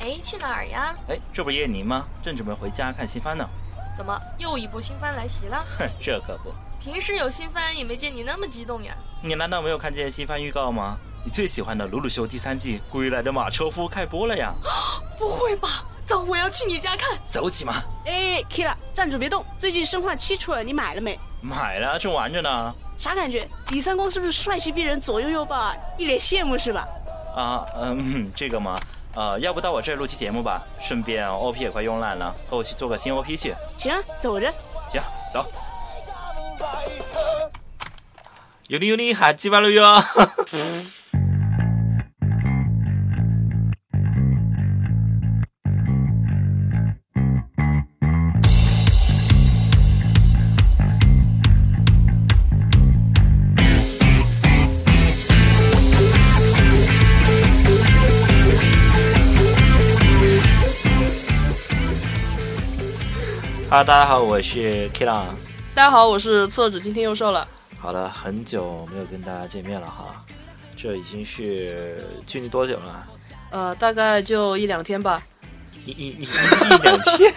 哎，去哪儿呀？哎，这不叶宁吗？正准备回家看新番呢。 怎么又一部新番来袭了？哼，这可不。平时有新番也没见你那么激动呀。你难道没有看见新番预告吗？你最喜欢的《鲁鲁修》第三季《归来的马车夫》开播了呀！ 不会吧？走，我要去你家看。走起嘛，哎，Kira，站住别动！最近《生化七》出了，你买了没？买了，正玩着呢。啥感觉？李三公是不是帅气逼人，左拥右抱啊，一脸羡慕是吧？啊，嗯，这个嘛，呃，要不到我这儿录期节目吧？顺便 OP 也快用烂了，和我去做个新 OP 去。行啊，走着。行，走。有你有你，还鸡巴了哟！ 哈喽，大家好，我是 Kira。大家好，我是厕纸，今天又瘦了。好了，很久没有跟大家见面了哈，这已经是距离多久了？呃，大概就一两天吧。一一一一两 天。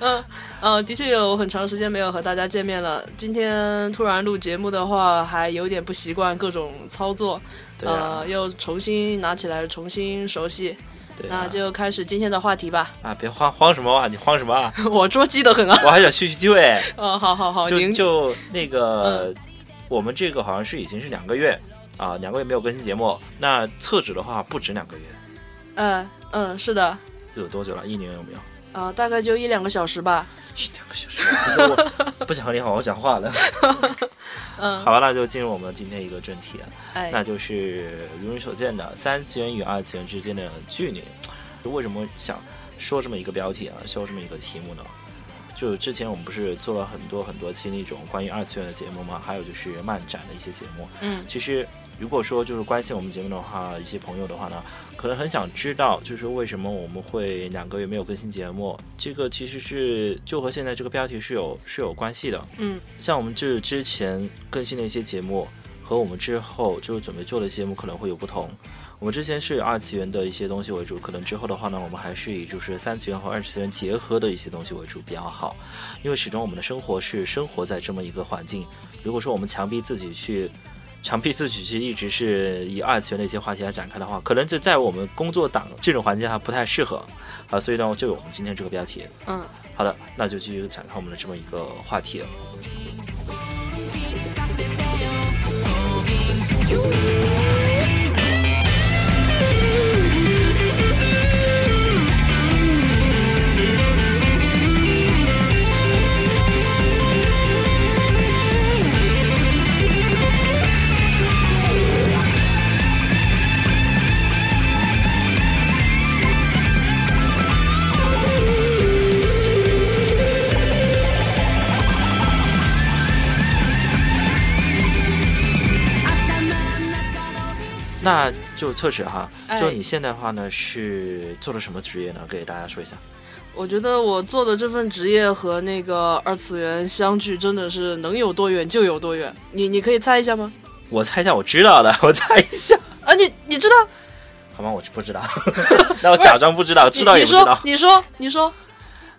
嗯，呃，的确有很长时间没有和大家见面了。今天突然录节目的话，还有点不习惯各种操作，对啊呃，，又重新拿起来，重新熟悉。对啊那就开始今天的话题吧。啊，别慌慌什么啊，你慌什么啊？我捉鸡的很啊。 我还想叙叙旧哎， 哦，好好好，就您嗯就那个，我们这个好像是已经是两个月啊，两个月没有更新节目。那厕纸的话不止两个月，呃嗯，是的，有多久了？一年有没有？啊、大概就一两个小时吧。一两个小时，不是我不想和你好好讲话了。 嗯，好吧，那就进入我们今天一个正题啊。那哎，就是如你所见的三次元与二次元之间的距离。为什么想说这么一个标题啊，说这么一个题目呢？就之前我们不是做了很多很多期那种关于二次元的节目嘛，还有就是漫展的一些节目。嗯，其实如果说就是关心我们节目的话，一些朋友的话呢，可能很想知道，就是为什么我们会两个月没有更新节目？这个其实是就和现在这个标题是有是有关系的。嗯，像我们就是之前更新的一些节目，和我们之后就是准备做的节目可能会有不同。我们之前是以二次元的一些东西为主，可能之后的话呢，我们还是以就是三次元和二次元结合的一些东西为主比较好，因为始终我们的生活是生活在这么一个环境。如果说我们强逼自己去，强逼自己去一直是以二次元的一些话题来展开的话，可能就在我们工作党这种环境下不太适合啊，所以呢，就有我们今天这个标题。嗯，好的，那就继续展开我们的这么一个话题了。那就测试哈，哎就你现在的话呢是做了什么职业呢？给大家说一下。我觉得我做的这份职业和那个二次元相距真的是能有多远就有多远。你你可以猜一下吗？我猜一下，我知道的， 我猜一下，啊，你你知道？好吗？我不 知道，那我假装不知道，知道也你不知道。你说你说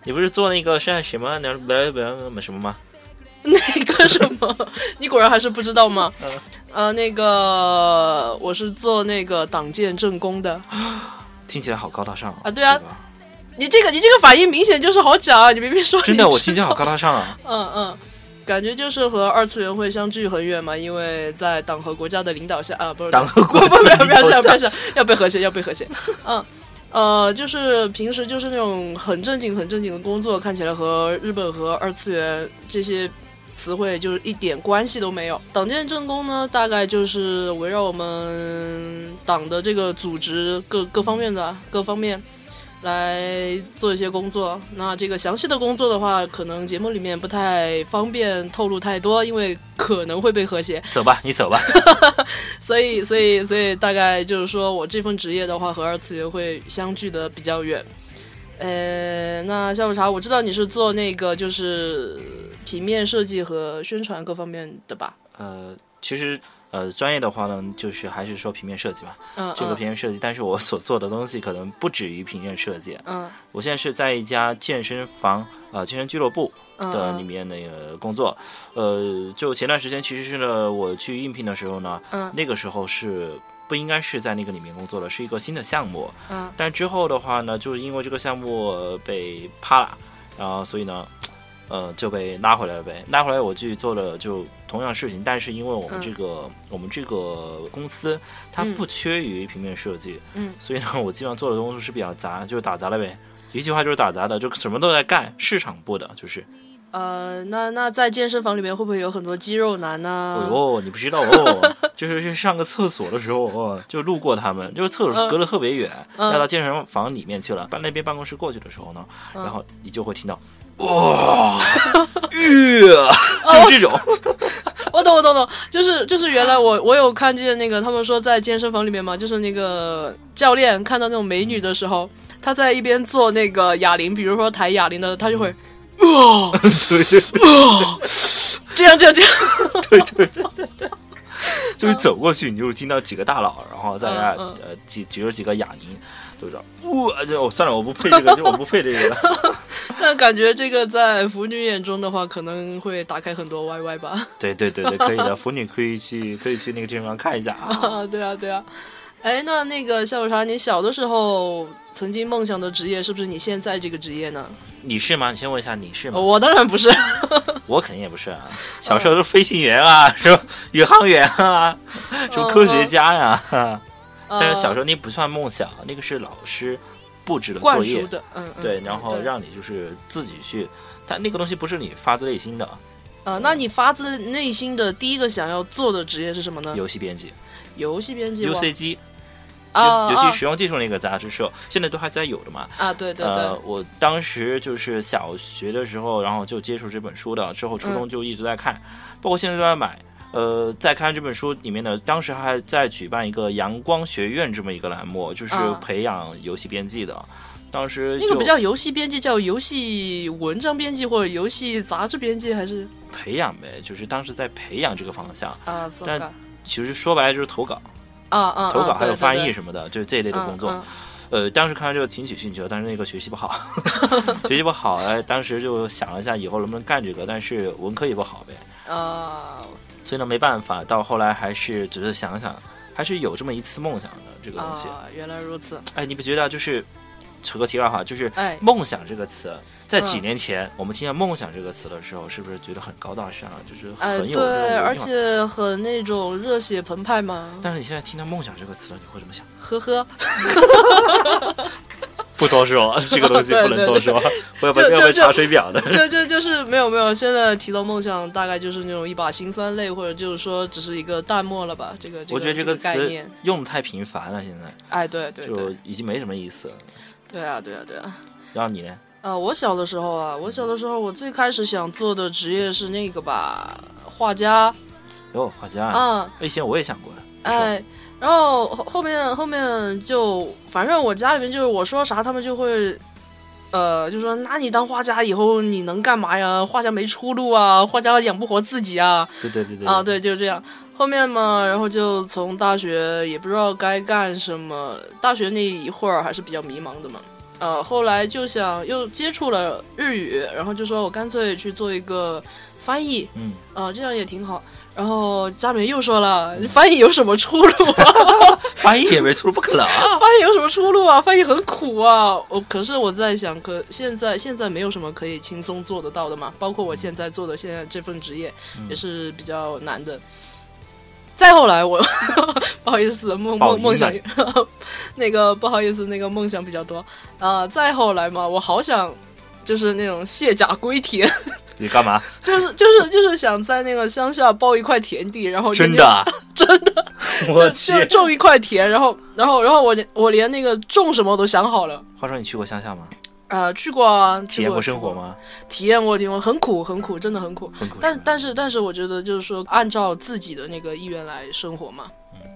你不是做那个是什么那不不不什么吗？你说那个什么？你果然还是不知道吗？嗯呃，那个我是做那个党建政工的。听起来好高大上啊对啊吧你这个你这个反应明显就是好假啊！你明明说真的，你我知听起来好道高大上 啊！嗯，嗯，感觉就是和二次元会相距很远嘛，因为在党和国家的领导下啊，不是党和国家不不不的要不要领导这样不下要这样，要被和谐要被和谐，嗯。呃，就是平时就是那种很正经、很正经的工作，看起来和日本和二次元这些词汇就是一点关系都没有。党建政工呢，大概就是围绕我们党的这个组织各各方面的各方面来做一些工作。那这个详细的工作的话，可能节目里面不太方便透露太多，因为可能会被和谐。 走吧，你走吧。 所以，所以，所以大概就是说我这份职业的话，和二次元会相距的比较远。呃，那下午茶，我知道你是做那个就是平面设计和宣传各方面的吧？呃，其实呃，专业的话呢，就是还是说平面设计嘛，嗯，这个平面设计，但是我所做的东西可能不止于平面设计。嗯我现在是在一家健身房，呃，健身俱乐部嗯的里面那个工作。呃，就前段时间，其实是呢，我去应聘的时候呢，嗯那个时候是不应该是在那个里面工作的，是一个新的项目。嗯但之后的话呢，就是因为这个项目呃被趴了，然后所以呢，呃，就被拉回来了呗。拉回来我去做了就同样的事情，但是因为我们嗯这个、我们这个公司它嗯不缺于平面设计，嗯所以呢， 我基本上做的东西是比较杂，就是打杂了呗。一句话就是打杂的，就什么都在干，市场部的，就是。呃，那那在健身房里面会不会有很多肌肉男啊呢？哦呦，你不知道 哦，就是去上个厕所的时候，哦，就路过他们，就是厕所嗯隔得特别远，嗯要到健身房里面去了，搬那边办公室过去的时候呢，嗯然后你就会听到。 哇，哦呃，就是这种， 我懂，我懂，懂，就是就是原来我我有看见那个他们说在健身房里面嘛，就是那个教练看到那种美女的时候，他在一边做那个哑铃，比如说抬哑铃的，他就会对， 这样这样这样，就是走过去，你就听到几个大佬，然后在那儿嗯嗯呃举举着几个哑铃，就是哇，就我算了，我不配这 个，就我不配这个了。但感觉这个在腐女眼中的话，可能会打开很多 YY 吧。 对对对对，可以的，腐女可以去可以去那个健身房看一下啊。 啊，对啊，对啊。哎，那那个夏小茶，你小的时候曾经梦想的职业是不是你现在这个职业呢？你是吗？你先问一下你是吗？我当然不是，我肯定也不是啊，小时候都是飞行员啊，嗯什么宇航员啊，什么科学家呀、但是小时候候那不算梦想，那个是老师布置的灌作业输，的，嗯，嗯对，然后让你就是自己去，但那个东西不是你发自内心的。呃，那你发自内心的第一个想要做的职业是什么呢？游戏编辑游戏嗯编辑哇，UCG，啊，游游啊戏使用技术那个杂志社，现在都还在有的嘛。啊，对对呃对，，我当时就是小学的时候，然后就接触这本书的，之后初嗯中就一直在看，包括现在都在买。呃，在看这本书里面呢，当时还在举办一个“阳光学院”这么一个栏目，就是啊培养游戏编辑的。当时那个就不叫游戏编辑，叫游戏文章编辑或者游戏杂志编辑，还是培养呗，就是当时在培养这个方向。啊，搜但嘎其实说白了就是投稿、啊啊，投稿啊还有对对翻对译什么的，就是这一类的工作。嗯呃，当时看到这个挺起兴趣的，但是那个学习不好， 学习不好，哎，当时就想了一下以后能不能干这个，但是文科也不好呗。嗯啊，所以呢，没办法，到后来还是只是想想，还是有这么一次梦想的这个东西。啊，原来如此。哎，你不觉得就是扯个题外话，就是哎梦想这个词，在嗯几年前、我们听到“梦想”这个词的时候，是不是觉得很高大上，啊就是哎，很有这种文对，化而且很那种热血澎湃嘛，但是你现在听到“梦想”这个词了，你会怎么想？呵呵， 不多说，这个东西对不能多 说，我要被就要就被就查水表的。这这就是没有没有，现在提到梦想，大概就是那种一把辛酸泪，或者就是说只是一个淡漠了吧。这个， 我觉得这个概词念，用的太频繁了，现在哎，对对就对，已经没什么意思了。对啊对啊对啊。然后你呢？呃，我小的时候啊，我小的时候，我最开始想做的职业是那个吧，画家哟，画家啊，啊，以前我也想过的。你说，哎，然后后后面后面就，反正我家里面就是我说啥，他们就会，呃，就说那你当画家以后你能干嘛呀？画家没出路啊，画家养不活自己啊，对对对对啊，，对，就是这样。后面嘛，然后就从大学也不知道该干什么，大学那一会儿还是比较迷茫的嘛。呃，后来就想又接触了日语，然后就说我干脆去做一个翻译，嗯，啊、这样也挺好。然后佳美又说了，翻译有什么出路啊？ 翻译也没出，不可能。翻译有什么出路啊？翻译很苦啊！我可是我在想，可现在现在没有什么可以轻松做得到的嘛。包括我现在做的现在这份职业，嗯也是比较难的。再后来我， 不好意思，梦宝梦仪梦想 呢，那个不好意思，那个梦想比较多啊、再后来嘛，我好想就是那种卸甲归田， 你干嘛？就是就是就是想在那个乡下包一块田地，然后跟真那的啊， 真的 我去就。就种一块田，然后然后然后我连我连那个种什么都想好了。话说你去过乡下吗？啊，去过啊，去体验过过生活？吗？去过体验过，体验过，很苦，很苦，真的很苦。很苦。但吧但是但是，我觉得就是说，按照自己的那个意愿来生活嘛，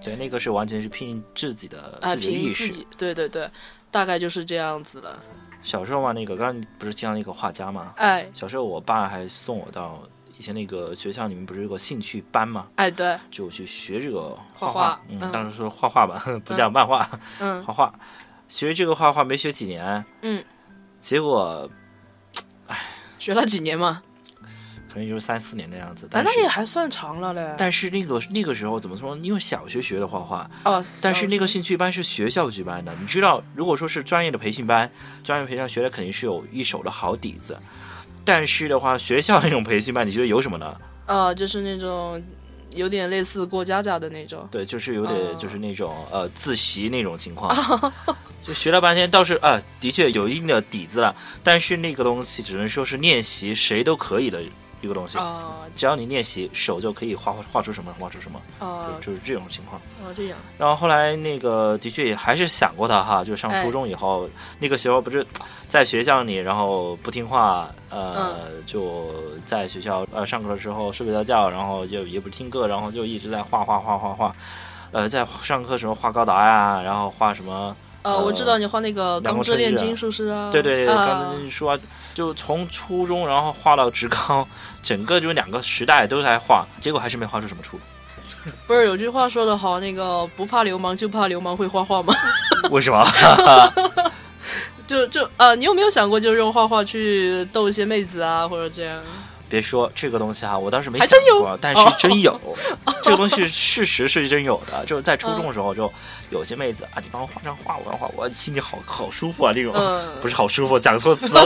对那个是完全是拼自己的啊、自己的凭意自识。己，对对对，大概就是这样子了。小时候嘛，那个刚刚你不是听到那个画家吗？哎，小时候我爸还送我到以前那个学校里面不是有个兴趣班吗？哎，对，就去学这个画画画嗯，嗯当时说画画吧， 不叫漫画，嗯画画，学这个画画没学几年，嗯，结果学了几年嘛，可能也就是三四年的样子，啊，但是那也还算长了嘞。但是那个那个时候怎么说？因为小学学的画画，哦，但是那个小兴趣班是学校举办的。你知道，如果说是专业的培训班，专业培训班学的肯定是有一手的好底子。但是的话，学校那种培训班，你觉得有什么呢？呃，就是那种有点类似过家家的那种。对，就是有哦点就是那种、呃自习那种情况，就学了半天，倒是啊、的确有一定的底子了。但是那个东西只能说是练习，谁都可以的一个东西。啊只要你练习，手就可以画画出什么，画出什么，啊就就是这种情况。啊！这样，然后后来那个的确也还是想过他哈，就上哎初中以后，那个时候不是在学校里，然后不听话，呃，就在学校呃上课的时候睡不着觉，然后就也不听课，然后就一直在画画画画画，呃，在上课时候画高达呀、然后画什么，呃，呃我知道你画那个《阳钢光之炼春日金啊术师》啊，对对对，啊刚才你说啊，就从初中然后画到职高，整个就两个时代都在画，结果还是没画出什么出，不是有句话说得好，那个不怕流氓就怕流氓会画画吗？为什么？就就呃，你有没有想过，就用画画去逗一些妹子啊，或者这样？别说这个东西哈、我当时没还想真有哦过，但是真 有。这个东西事实是真有的，就是在初嗯中的时候，就有些妹子啊，你帮我画张画，我要画，我心里好好舒服啊，这种、嗯 不是好舒服，讲错词 了。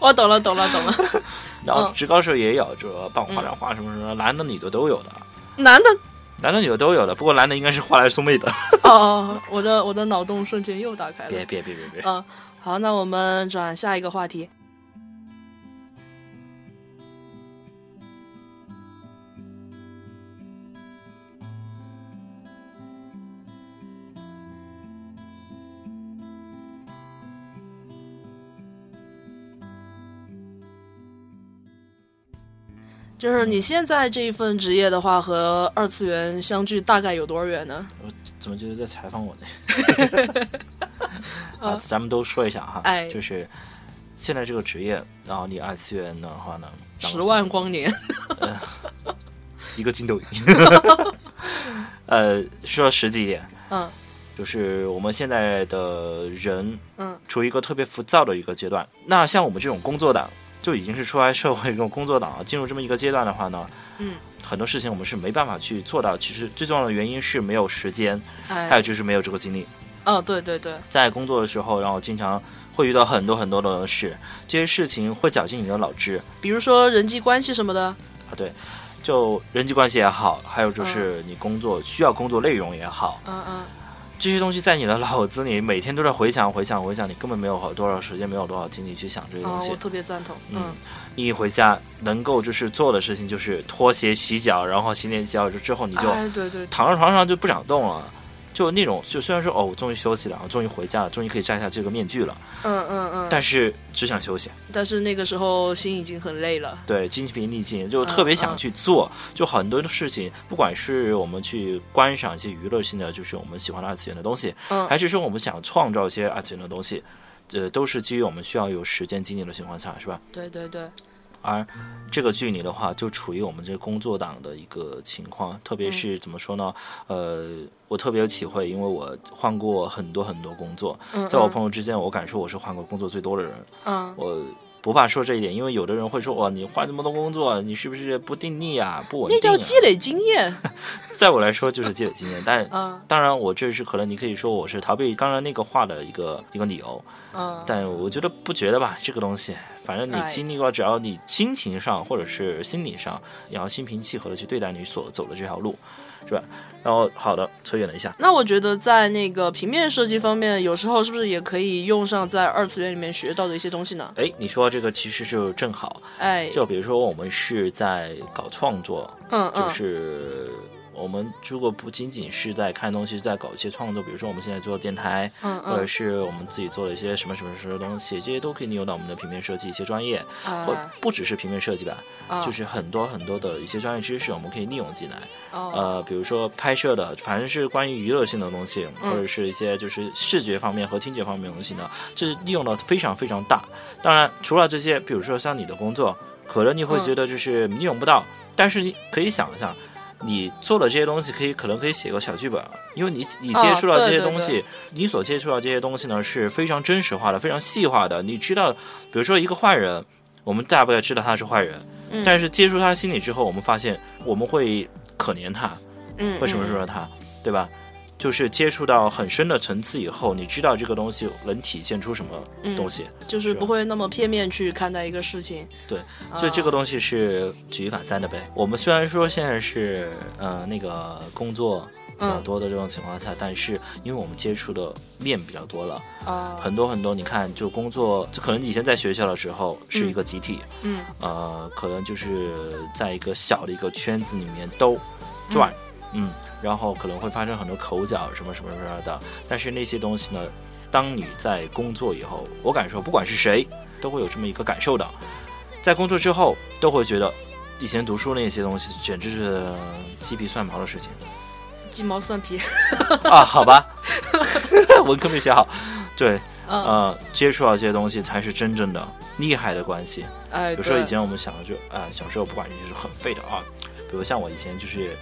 我哦懂了，懂了，懂了。 然嗯后职高时候也有，就帮我画张画什么什么，男的女的都有的，嗯男的男的女的都有的。不过男的应该是画来送妹 的。哦，我的我的脑洞瞬间又打开了别。别别别别，嗯，好，那我们转下一个话题。就是你现在这一份职业的话，和二次元相距大概有多远呢？怎么觉得在采访我呢？ 啊，咱们都说一下哈，嗯哎就是现在这个职业，然后你二次元的话呢，十万光年。 一个筋斗云。呃，说实际一点，嗯就是我们现在的人嗯处于一个特别浮躁的一个阶段。那像我们这种工作党，就已经是出来社会这种工作党啊，进入这么一个阶段的话呢，嗯，很多事情我们是没办法去做到。其实最重要的原因是没有时间，还哎有，就是没有这个精力。哦，对对对，在工作的时候，然后经常会遇到很多很多的事，这些事情会绞尽你的脑汁。比如说人际关系什么的，啊，对，就人际关系也好，还有就是你工作、需要工作内容也好，嗯嗯，这些东西在你的脑子里每天都在回想、回想、回想，你根本没有好多少时间，没有多少精力去想这些啊东，西。我特别赞同，嗯嗯，你一回家能够就是做的事情就是脱鞋、洗脚，然后洗脸、洗脚之后，你就哎，对对，躺在床上就不想动了。就那种，就虽然说哦，我终于休息了，我终于回家了，终于可以摘下这个面具了，嗯嗯嗯，但是只想休息。但是那个时候心已经很累了，对，精疲力尽，就嗯特别想去做，就很多的事情，不管是我们去观赏一些娱乐性的，就是我们喜欢的二次元的东西，嗯还是说我们想创造一些二次元的东西，呃，都是基于我们需要有时间精力的情况下，是吧？对对对，而这个距离的话，就处于我们这个工作党的一个情况，特别是嗯怎么说呢？呃，我特别有体会，因为我换过很多很多工作，嗯，在我朋友之间，我敢说我是换过工作最多的人。嗯，我不怕说这一点，因为有的人会说：“哇，你换这么多工作，你是不是不定力啊，不稳那定、叫啊积累经验，？” 在我来说就是积累经验，但嗯当然我这是可能你可以说我是逃避刚刚那个话的一个一个理由，嗯，但我觉得不觉得吧，这个东西，反正你哎经历过，只要你心情上或者是心理上，你要心平气和的去对待你所走的这条路，是吧？然后好的，扯远了一下，那我觉得在那个平面设计方面，有时候是不是也可以用上在二次元里面学到的一些东西呢？哎，你说这个其实就正好，哎，就比如说我们是在搞创作，嗯嗯，就是我们如果不仅仅是在看东西，在搞一些创作，比如说我们现在做电台，嗯或者嗯，是我们自己做了一些什么什么什么东西，这些都可以利用到我们的平面设计一些专业，或哎不只是平面设计吧，啊就是很多很多的一些专业知识我们可以利用进来。哦呃，比如说拍摄的，反正是关于娱乐性的东西，嗯或者是一些就是视觉方面和听觉方面的东西呢，这利用的非常非常大。当然，除了这些，比如说像你的工作。可能你会嗯觉得就是你用不到，但是你可以想一想，你做了这些东西，可以可能可以写个小剧本，因为你你接触到哦这对些对东西，你所接触到这些东西呢是非常真实化的、非常细化的。你知道，比如说一个坏人，我们大概知道他是坏人，嗯但是接触他心理之后，我们发现我们会可怜他，嗯，为什么嗯？说他，对吧？就是接触到很深的层次以后，你知道这个东西能体现出什么东西，嗯就是不会那么片面去看待一个事情。对啊，所以这个东西是举一反三的呗。我们虽然说现在是呃那个工作比较嗯多的这种情况下，但是因为我们接触的面比较多了，啊，很多很多，你看就工作，就可能以前在学校的时候是一个集体，嗯呃，可能就是在一个小的一个圈子里面兜转，嗯然后可能会发生很多口角什么什么什么的。但是那些东西呢，当你在工作以后，我敢说，不管是谁，都会有这么一个感受的。在工作之后，都会觉得以前读书那些东西简直是鸡皮蒜毛的事情鸡毛蒜皮。啊！好吧， 文科没学好，对，嗯，呃，接触到这些东西才是真正的厉害的关系。 哎，比如说以对前我们想的就，啊，小时候不管你是很废的啊，比如像我以前就是，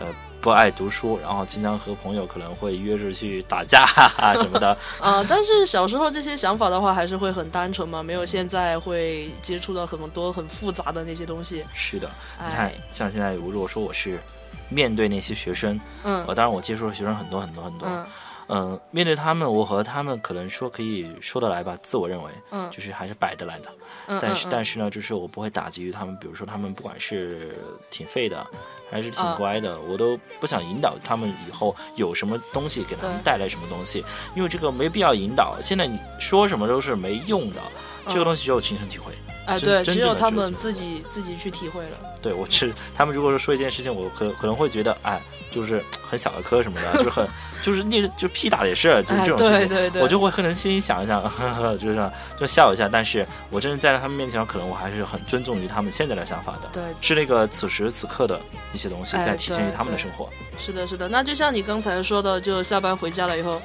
呃，不爱读书，然后经常和朋友可能会约着去打架哈哈 什么 的，啊，但是小时候这些想法的话，还是会很单纯嘛，没有现在会接触到很多很复杂的那些东西。是的，你看哎，，像现在如果说我是面对那些学生，嗯呃，当然我接触的学生很多很多很多，嗯、嗯面对他们，我和他们可能说可以说得来吧，自我认为，嗯就是还是摆得来的，嗯，但是嗯但是呢，就是我不会打击于他们，比如说他们不管是挺废的，还是挺啊乖的，我都不想引导他们以后有什么东西给他们对带来什么东西，因为这个没必要引导。现在你说什么都是没用的，这个嗯东西只有亲身体会。哎，真对，真只正有的他只有们这自己自己去体会了。对我是他们如果说说一件事情，我可可能会觉得哎，就是很小儿科什么的，就是 很就是那就屁大点事儿，就是哎，这种事对情。对对，我就会可能心里想一想，呵呵，就是这样就笑一下。但是我真的站在他们面前，可能我还是很尊重于他们现在的想法的。对，是那个此时此刻的一些东西哎在体现于对他们的对生活。是的，是的。那就像你刚才说的，就下班回家了以后，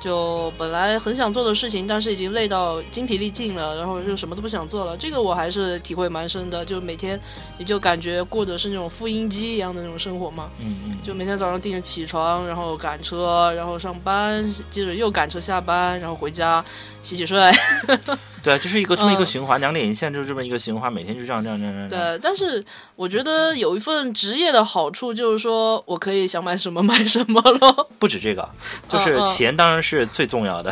就本来很想做的事情，但是已经累到精疲力尽了，然后就什么都不想做了。这个我还是体会蛮深的，就每天也就感觉过的是那种复印机一样的那种生活嘛，嗯嗯，就每天早上定时起床，然后赶车，然后上班，接着又赶车下班，然后回家洗洗睡。 对啊，就是一个这么一个嗯循环，两点一线就是这么一个循环，每天就这样这样这样这样这样。对，但是我觉得有一份职业的好处就是说我可以想买什么 买什么咯。不止这个，就是嗯钱当然是最重 要的，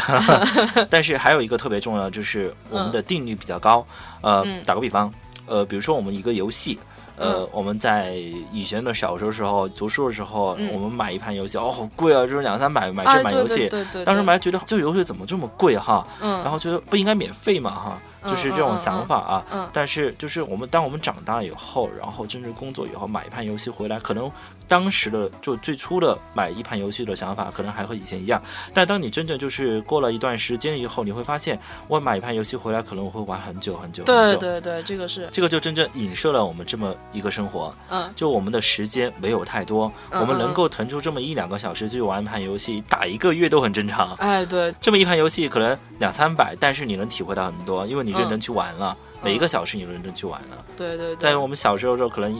但是还有一个特别重要，就是我们的定律比较高。呃，嗯打个比方，呃，比如说我们一个游戏。呃嗯，我们在以前的小时候时候读书的时候，嗯我们买一盘游戏，哦，好贵啊，就是两三百买哎，这买对游对戏对，对对，当时买觉得这个游戏怎么这么贵哈，嗯，然后觉得不应该免费嘛哈，嗯就是这种想法啊。嗯嗯嗯但是就是我们当我们长大以后，然后真正工作以后，买一盘游戏回来，可能当时的就最初的买一盘游戏的想法，可能还和以前一样。但当你真正就是过了一段时间以后，你会发现，我买一盘游戏回来，可能我会玩很久很久很久。对对对，这个是，这个就真正影射了我们这么一个生活，嗯，就我们的时间没有太多，嗯我们嗯能嗯够腾出这么一两个小时去玩一盘游戏，打一个月都很正常。哎，对，这么一盘游戏可能两三百，但是你能体会到很多，因为你认真去玩了，嗯每一个小时你都认真去玩了。对对在对，我们小时候的时候，可能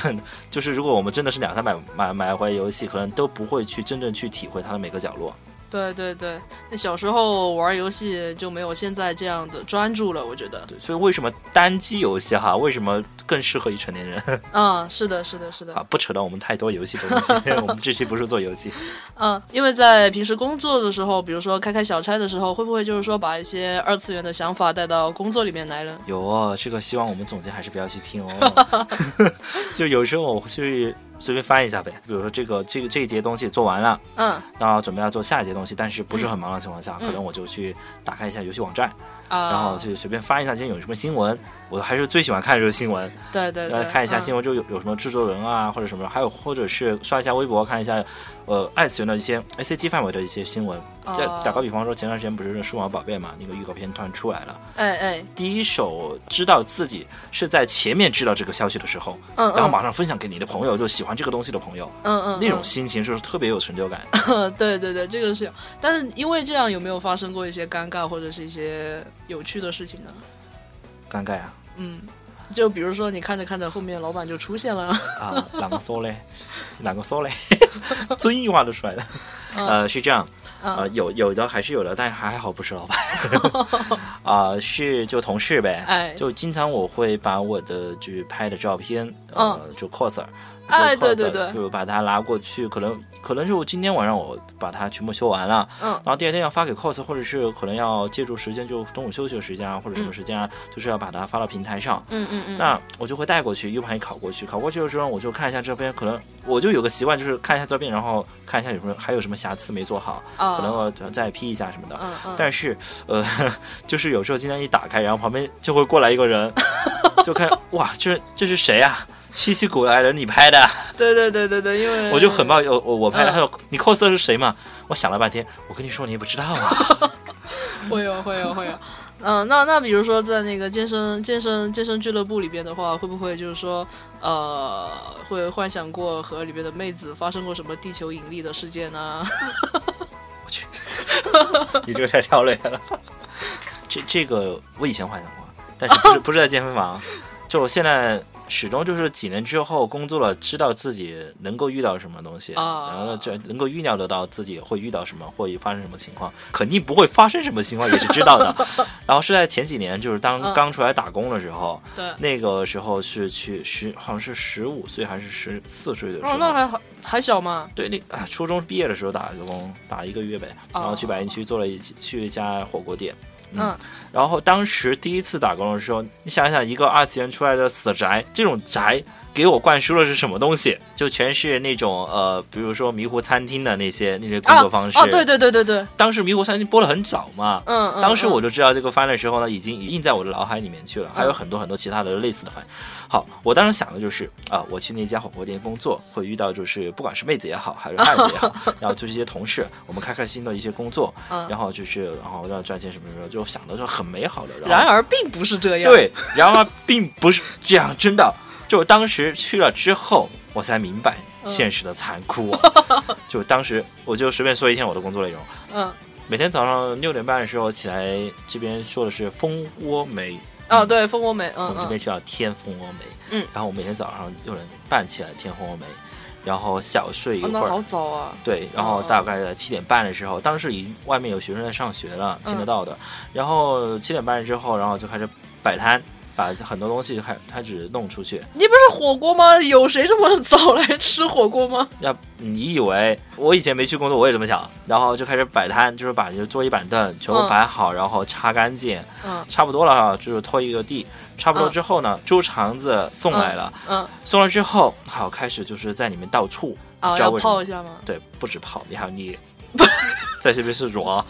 就是如果我们真的是两三百买买回来游戏，可能都不会去真正去体会它的每个角落。对对对。那小时候玩游戏就没有现在这样的专注了，我觉得，对，所以为什么单机游戏哈，为什么更适合于成年人嗯，是的，是的，是的，啊？不扯到我们太多游戏的东西， 我们这期不是做游戏。嗯，因为在平时工作的时候，比如说开开小差的时候，会不会就是说把一些二次元的想法带到工作里面来了？有哦，这个希望我们总监还是不要去听哦。 就有时候我去随便翻一下呗，比如说这个这个这一节东西做完了。嗯那准备要做下一节东西，但是不是很忙的情况下，嗯可能我就去打开一下游戏网站，啊，然后去随便翻一下今天有什么新闻。我还是最喜欢看就是新闻，对对然对后，看一下嗯新闻之后有有什么制作人啊，或者什么，还有或者是刷一下微博看一下，呃，二次元的一些 A C G 范围的一些新闻。再哦打个比方说，前段时间不是《数码宝贝》嘛，那个预告片突然出来了，哎哎，第一手知道自己是在前面知道这个消息的时候，嗯然后嗯马上分享给你的朋友，就喜欢这个东西的朋友，嗯嗯，那种嗯心情就是特别有成就感。对对对，这个是有，但是因为这样，有没有发生过一些尴尬或者是一些有趣的事情呢？尴尬啊！嗯，就比如说你看着看着，后面老板就出现了，啊，哪个说嘞？ 哪个说嘞？ 遵义话都出来了。嗯呃，是这样，呃，有有的还是有的，但还好不是 老板，啊、是就同事呗。哎就经常我会把我的就是拍的照片，呃，就 coser，嗯哎就 coser，对对对就把它拉过去，可能可能就今天晚上我把它全部修完了，嗯然后第二天要发给 cos，或者是可能要借助时间，就中午休息的时间啊，或者什么时间啊，就是要把它发到平台上，嗯嗯嗯，那我就会带过去 U 盘一拷过去，拷过去的时候我就看一下这边，可能我就有个习惯，就是看一下这边，然后看一下有什么还有什么瑕疵没做好，啊，可能我再 P 一下什么的。嗯嗯，但是呃，就是有时候今天一打开，然后旁边就会过来一个 人，就看哇，这这是谁啊？稀奇古怪的，你拍的啊，对对对对对，因为我就很冒，我我我拍的。嗯他说你 cos 的是谁嘛？我想了半天，我跟你说你也不知道啊。 会有会有会有。嗯，那那比如说在那个健身健身健身俱乐部里边的话，会不会就是说，呃，会幻想过和里边的妹子发生过什么地球引力的事件呢？你这个太跳跃了。 这这个我以前幻想过，但哦是不是不是在健身房，就我现在始终就是几年之后工作了，知道自己能够遇到什么东西，啊然后呢，这能够预料得到自己会遇到什么，会发生什么情况，肯定不会发生什么情况也是知道 的。然后是在前几年，就是当嗯刚出来打工的时候， 对，那个时候是去十好像是十五岁还是十四岁的时候，哦，那还好还小嘛，对，那啊，初中毕业的时候打的工，打一个月呗，然哦后去白云区做了一去一家火锅店。嗯，然后当时第一次打工的时候，你想想，一个二次元出来的死宅，这种宅给我灌输的是什么东西？就全是那种呃，比如说迷糊餐厅的那些那些工啊作方式。哦，对对对对对，当时迷糊餐厅播的很早嘛，嗯，嗯当时我嗯就知道这个番的时候呢，已经印在我的脑海里面去了，还有很多很多其他的类似的番。好，我当时想的就是啊、我去那家火锅店工作，会遇到就是不管是妹子也好，还是汉子也 好，然后就是一些同事，我们开开心的一些工作，嗯然后就是然后要赚钱什么什么，就想的就很美好的。然后而并不是这样，，对，然而并不是这样，真的。就当时去了之后，我才明白现实的残酷 啊！就当时我就随便说一天我的工作内容，嗯，每天早上六点半的时候起来，这边说的是蜂窝煤，哦，对，蜂窝煤，我嗯们这边嗯，叫天蜂窝煤。嗯，然后我每天早上六点半起来天蜂窝煤，然后小睡一哦，那会儿。好早啊，对，然后大概在七点半的时候，当时已经外面有学生在上学了，嗯听得到的。然后七点半之后，然后就开始摆摊，把很多东西就开开始弄出去。你不是火锅吗？有谁这么早来吃火锅吗？要你以为我以前没去工作，我也这么想，然后就开始摆摊，就是把这个桌椅板凳全部嗯摆好，然后擦干净，嗯差不多了啊，就是拖一个地，差不多之后呢，猪肠子送来了，嗯，送了之后，好开始就是在里面到处，啊，知道要为什泡么一？下吗？对，不止泡，你还要捏， 在这边是软，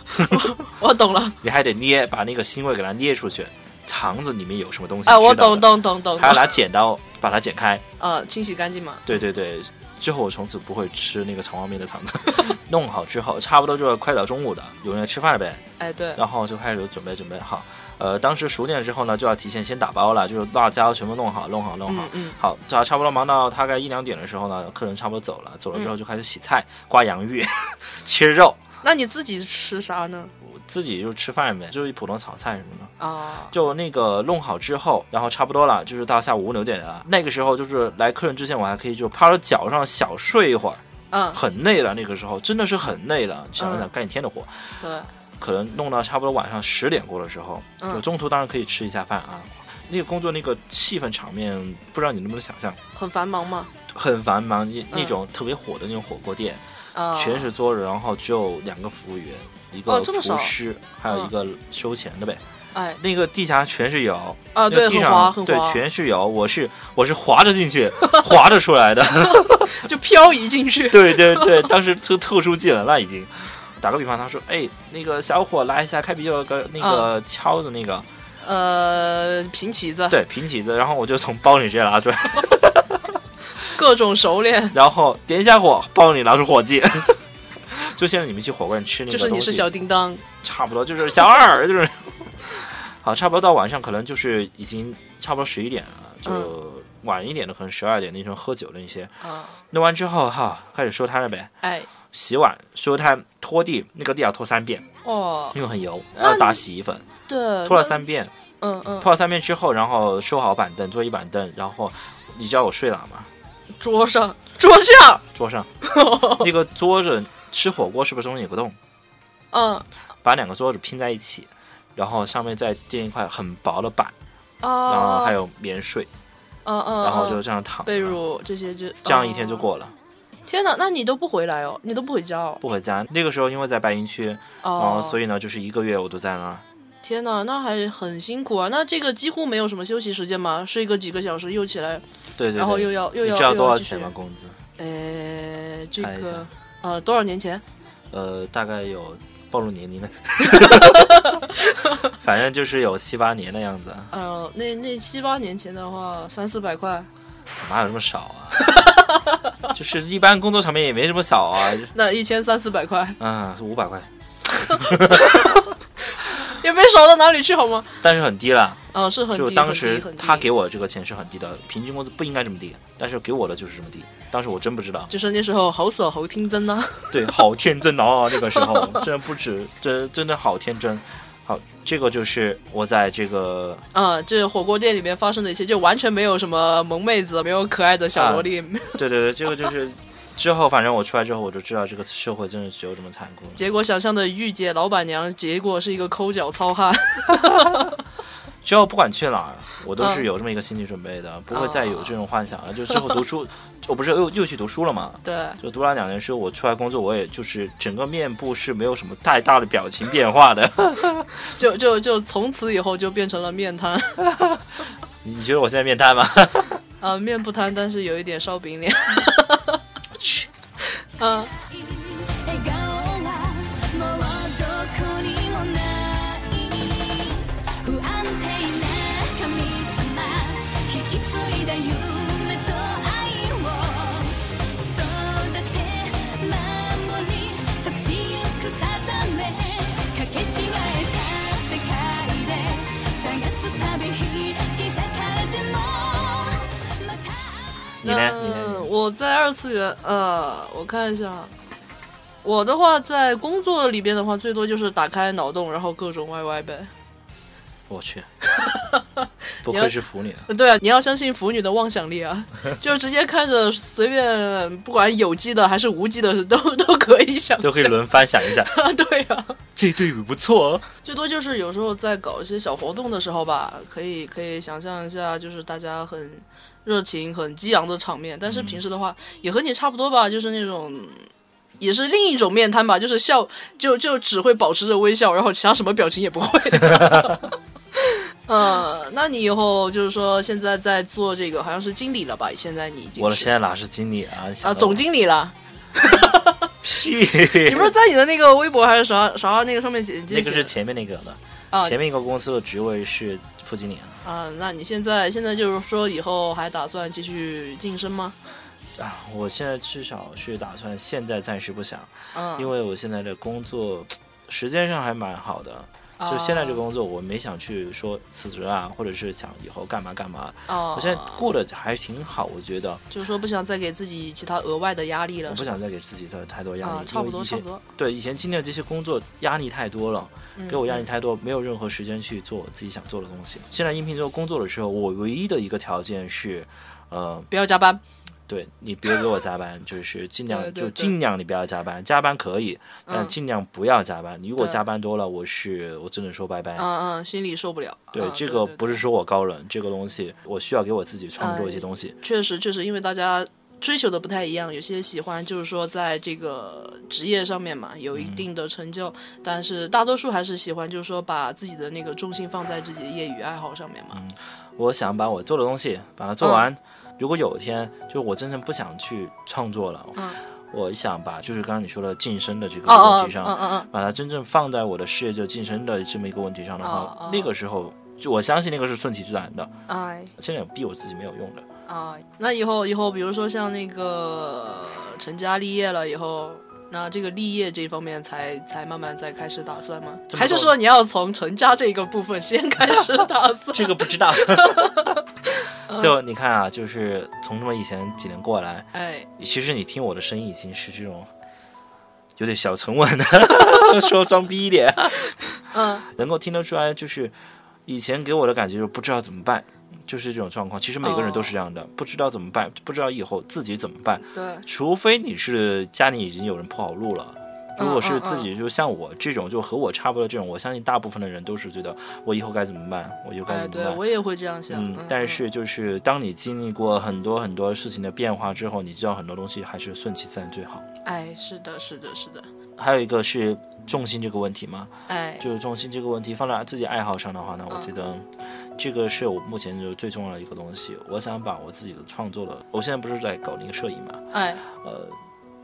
我懂了，你还得捏，把那个腥味给它捏出去，肠子里面有什么东西？哎，我知道懂的，懂懂懂还懂要，拿剪刀把它剪开，呃，清洗干净嘛，对对对，之后我从此不会吃那个肠旺面的肠子。 弄好之后，差不多就是快到中午的，有人来吃饭了呗，哎，对，然后就开始准备准备好。呃，当时熟练之后呢，就要提前先打包了，就是辣椒全部弄好，弄好，弄好。嗯嗯好，这差不多忙到大概一两点的时候呢，客人差不多走了，走嗯了之后就开始洗菜、刮洋芋、 切肉，那你自己吃啥呢？我自己就吃饭呗，就是普通炒菜什么的。啊，就那个弄好之后，然后差不多了，就是到下午五六点了。那个时候就是来客人之前，我还可以就趴到脚上小睡一会儿，嗯，很累了，那个时候真的是很累了，想了想干一天的活，对，可能弄到差不多晚上十点过的时候，嗯就中途当然可以吃一下饭啊。那个工作那个气氛场面，不知道你能不能想象，很繁忙嘛，很繁忙，那那种特别火的那种火锅店，啊，全是桌子，然后只有两个服务员，一个哦这么厨少嗯师，还有一个收钱的呗。哎那个地下全是油啊，那个对，地很滑上很对滑，全是油，我是我是滑着进去， 滑着出来的。 就漂移进去，对对对，当时就特殊技能了已经。打个比方，他说：“哎，那个小伙来一下开啤酒个那嗯个敲的那个，呃，平起 子，对平起子。”然后我就从包里直接拿出 来，各种熟练，然后点一下火，包里拿出火机。 就现在你们去火锅店吃那就个是东你西，是小叮当，差不多就是小二， 就是好，差不多到晚上可能就是已经差不多十一点了，嗯就晚一点的可能十二点那种喝酒的那些，啊，弄完之后哈，开始收摊了呗，哎，洗碗、收摊、拖地，那个地要拖三遍。哦，因为很油，那要你打洗衣粉，对，拖了那三遍，嗯嗯，拖到三遍之后，然后收好板凳，坐一板凳，然后你知道我睡哪吗？桌上桌下， 桌 上那个桌子吃火锅是不是中间有个洞？嗯把两个桌子拼在一起，然后上面再垫一块很薄的板，然后哦，还有棉睡，嗯嗯，然后嗯就这样躺着被褥这些就这样一天就。哦过了，天哪，那你都不回来哦，你都不回家哦。不回家。那个时候因为在白云区，然后哦，所以呢，就是一个月我都在那儿。天哪，那还很辛苦啊。那这个几乎没有什么休息时间嘛，睡个几个小时又起来，对对对，然后又要又你要知道多少又要继续钱吗？？工资？呃，这猜一下个呃多少年前？呃，大概有暴露 年龄的，反正就是有七八年的样子。呃，那那七八年前的话，三四百块，哪有那么少啊？ 就是一般工作场面也没这么少啊，那一千三四百块啊，是五百块，也没少到哪里去好吗？但是很低了。啊、是很低，就当时很低很低，他给我这个钱是很低的，平均工资不应该这么低，但是给我的就是这么低。当时我真不知道就是那时候猴手猴听真呐、 对，好天真哦，那个时候真的不止，真真的好天真。好，这个就是我在这个啊，这火锅店里面发生的一切，就完全没有什么萌妹子，没有可爱的小萝莉，对对对，这个就是之后，反正我出来之后，我就知道这个社会真的只有这么残酷。结果想象的御姐老板娘，结果是一个抠脚糙汉。 之后不管去哪儿，我都嗯是有这么一个心理准备的，不会再啊有这种幻想了。就之后读书，我不是又又去读书了嘛？对，就读了两年书，我出来工作，我也就是整个面部是没有什么太大的表情变化的。 就就就从此以后就变成了面瘫，你觉得我现在面瘫吗？ 呃，面不瘫，但是有一点烧饼脸。嗯、 「笑顔がもうどこにもない」「不安定な神様」「引き継いだ夢と愛を」「育て守り」「託しゆく定め」「かけ違えた世界で」「探すたび引き裂かれてもまた你呢？你呢？嗯，我在二次元，呃，我看一下，我的话在工作里边的话，最多就是打开脑洞，然后各种 YY 呗。我 去，不你要愧是腐女，对啊，你要相信腐女的妄想 力啊，就直接看着随便，不管有机的还是无机的，都都可以想象。都可以轮番想一下， 对啊，这对比不错哦。最多就是有时候在搞一些小活动的时候吧，可以可以想象一下，就是大家很热情、很激昂的场面。但是平嗯时的话，也和你差不多吧，就是那种。也是另一种面瘫吧，就是笑，就就只会保持着微笑，然后其他什么表情也不会。 嗯，那你以后就是说现在在做这个，好像是经理了吧？现在你已经我的是现在嗯哪是经理啊？啊想到总经理了。屁， 你不是在你的那个微博还是啥啥那个上面简介那写个的？是前面那个的，啊前面一个公司的职位是副经理啊。啊、那你现在现在就是说以后还打算继续晋升吗？啊，我现在至少是打算现在暂时不想，嗯，因为为我现在的工作时间上还蛮好的，就现在这个哦工作我没想去说辞职啊，或者是想以后干嘛干嘛，哦，我现在过得还挺好，我觉得就是说不想再给自己其他额外的压力了，我不是吧想再给自己的太多压力，啊，差不因为多以差前不多，嗯对以前经历的这些工作压力太多了，给我压力太多，没有任何时间去做我自己想做的东西。现在应聘做工作的时候，我唯一的一个条件是，呃，不要加班，对你别给我加班，就是尽量对对就对尽量你不要加班，加班可以，但嗯尽量不要加班。如果对加班多了，我是我只能说拜拜。嗯嗯，心里受不了。哎对，嗯这个不对是说我高冷，这个东西我需要给我自己创作一些哎东西。确实确实，因为大家追求的不太一样，有些喜欢就是说在这个职业上面嘛有一定的成嗯就，但是大多数还是喜欢就是说把自己的那个重心放在自己的业余爱好上面嘛。嗯我想把我做的东西把它嗯做完。如果有一天，就是我真正不想去创作了，嗯我想把就是刚刚你说的晋升的这个哦问哦题，上，嗯嗯嗯，把它真正放在我的事业就晋升的这么一个问题上的话，哦哦那个时候就我相信那个是顺其自然的。哎。现在逼我自己没有用的。啊，那以后以后，比如说像那个呃成家立业了以后，那这个立业这方面才才慢慢再开始打算吗？这么还是多说你要从成家这个部分先开始打 算？这个不知 道。就你看啊，就是从这么以前几年过来，哎，其实你听我的声音已经是这种有点 小沉稳的，说装逼一点，嗯能够听得出来，就是以前给我的感觉就是不知道怎么办，就是这种状况。其实每个人都是这样哦的，不知道怎么办，不知道以后自己怎么办。对，除非你是家里已经有人铺好路了。如果是嗯嗯自己，就像我这种，就和我差不多这种，我相信大部分的人都是觉得我以后该怎么办，我以后该哎，怎对么办。我也会这样想。嗯嗯，但是就是当你经历过很多很多事情的变化之后，你知道很多东西还是顺其自然最好。哎，是的，是的，是的，还有一个是重心这个问题嘛，哎，就是重心这个问题放在自己爱好上的话呢，我觉得嗯这个是我目前就最重要的一个东西。我想把我自己的创作的，我现在不是在搞那个摄影嘛，哎，呃，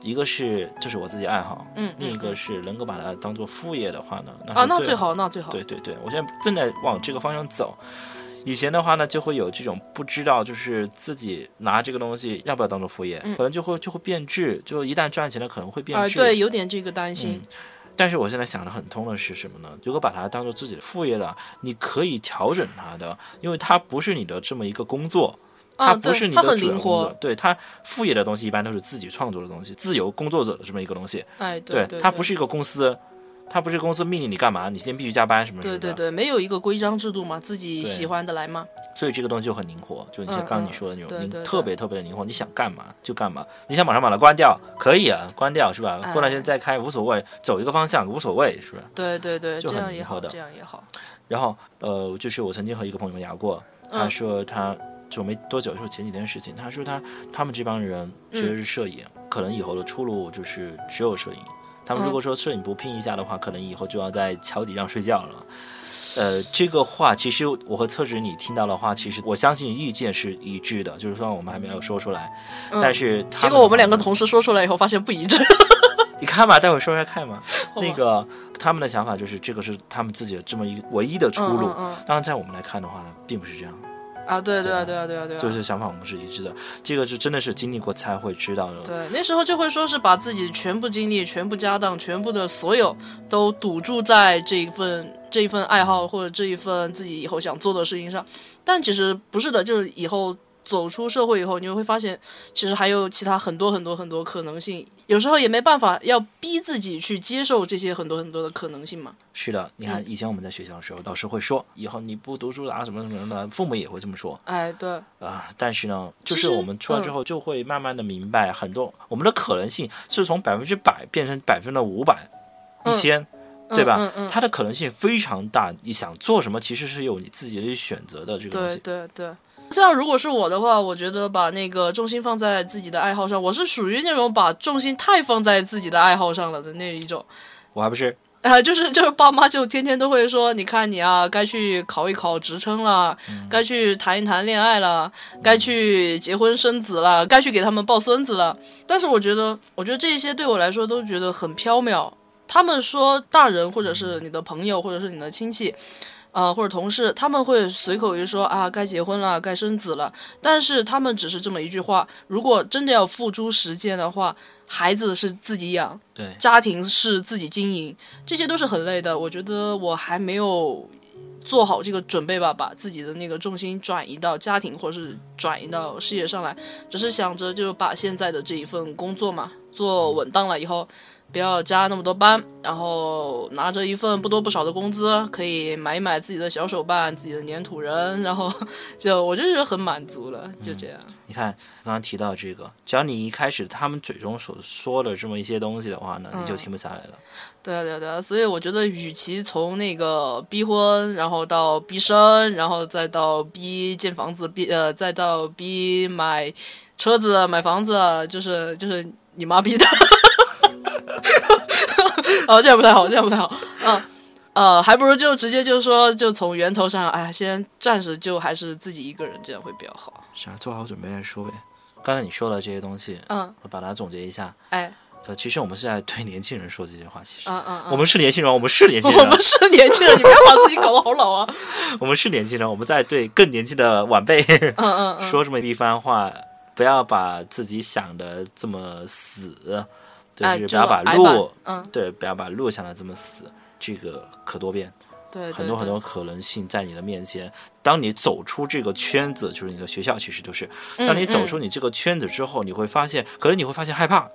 一个是这是我自己爱好，嗯另一嗯个嗯是能够把它当做副业的话呢，那啊，那是最。好，那最好。对对对，我现在正在往这个方向走。以前的话呢，就会有这种不知道，就是自己拿这个东西要不要当做副业，嗯可能就会就会变质，就一旦赚钱了可能会变啊，质。嗯对，有点这个担心。但是我现在想的很通的是什么呢？如果把它当做自己的副业了，你可以调整它的，因为它不是你的这么一个工作，它啊，不是对，你它的很主要灵工作。活。对它副业的东西一般都是自己创作的东西，自由工作者的这么一个东西。哎，对对，它不是一个公司，它不是公司命令你干嘛，你今天必须加班什么什么的。对。对对对，没有一个规章制度嘛，自己喜欢的来嘛。所以这个东西就很灵活，就你像嗯刚刚嗯你说的那种，对你对特对别特别的灵活，你想干嘛就干嘛，你想马上把它关掉，可以啊，关掉是哎吧？过段时间再开无所谓，走一个方向无所谓是吧？对对对，就这很样也灵活好，的这样也好。然后呃，就是我曾经和一个朋友聊过，他嗯说他就没多久，就是前几天的事情，他说他他们这帮嗯人学的是摄影，可能以后的出路就是只有摄影。他们如嗯果说摄影不拼一下的话，可能以后就要在桥底上睡觉了。呃，这个话其实我和厕纸你听到的话，其实我相信意见是一致的，就是说我们还没有说出来，但是他嗯结们果我们两个同。同时说出来以后，发现不一致。你看吧，待会儿说说看嘛。 好吧那个他们的想法就是这个是他们自己的这么一个唯一的出路。嗯嗯嗯当然，在我们来看的话呢，并不是这样，啊，对对对啊，对啊，对啊，对啊。就是想法我们是一致的。这个是真的是经历过才会知道的。对，那时候就会说是把自己全部精力、全部家当、全部的所有都赌注在这一份这一份爱好或者这一份自己以后想做的事情上，但其实不是的，就是以后走出社会以后，你会发现其实还有其他很多很多很多可能性，有时候也没办法要逼自己去接受这些很多很多的可能性嘛。是的，你嗯看以前我们在学校的时候，老师会说以后你不读书啊什么什么什么的，父母也会这么说哎，对，啊、但是呢，就其是实嗯我们出来之后，就会慢慢的明白很多我们的可能性是从百分之百变成百分之五百、一嗯千。对吧？嗯嗯嗯它的可能性非常大，你想做什么其实是有你自己的选择的。这个东对西，对对。像如果是我的话，我觉得把那个重心放在自己的爱好上，我是属于那种把重心太放在自己的爱好上了的那一种。我还不是啊、就是就是爸妈就天天都会说，你看你啊，该去考一考职称了，该去谈一谈恋爱了，该去结婚生子了，该去给他们抱孙子了。但是我觉得，我觉得这些对我来说都觉得很缥缈。他们说大人或者是你的朋友或者是你的亲戚，呃或者同事，他们会随口一说啊，该结婚了，该生子了。但是他们只是这么一句话，如果真的要付诸实践的话，孩子是自己养，对家庭是自己经营，这些都是很累的。我觉得我还没有做好这个准备吧，把自己的那个重心转移到家庭或是转移到事业上来，只是想着就是把现在的这一份工作嘛做稳当了以后。不要加那么多班，然后拿着一份不多不少的工资，可以买一买自己的小手办、自己的粘土人，然后就我就觉得很满足了，就这样。你看，刚刚提到这个，只要你一开始他们嘴中所说的这么一些东西的话呢，嗯你就停不下来了。对啊，对啊，对啊，所以我觉得，与其从那个逼婚，然后到逼生，然后再到逼建房子，逼呃，再到逼买车子、买房子，就是就是你妈逼的， 哦，这样不太好，这样不太好，嗯。呃，还不如就直接就说，就从源头上，哎，先暂时就还是自己一个人，这样会比较好。啥、做好准备再说呗。刚才你说了这些东西，嗯，我把它总结一下。哎，呃，其实我们是在对年轻人说这些话，其实。嗯嗯我嗯，们是年轻人，我们是年轻我人，们是年轻人，你不要把自己搞得好老啊。我们是年轻人，我们在对更年轻的晚辈嗯嗯嗯， 说这么一番话，不要把自己想的这么死，就哎是不就要把挨路，嗯，对，不要把路想的这么死，这个可多变。对，对很多对很多可能性在你的面前。当你走出这个圈子，嗯就是你的学校，其实就是，当你走出你这个圈子之后，你会发现，可能你会发现害怕，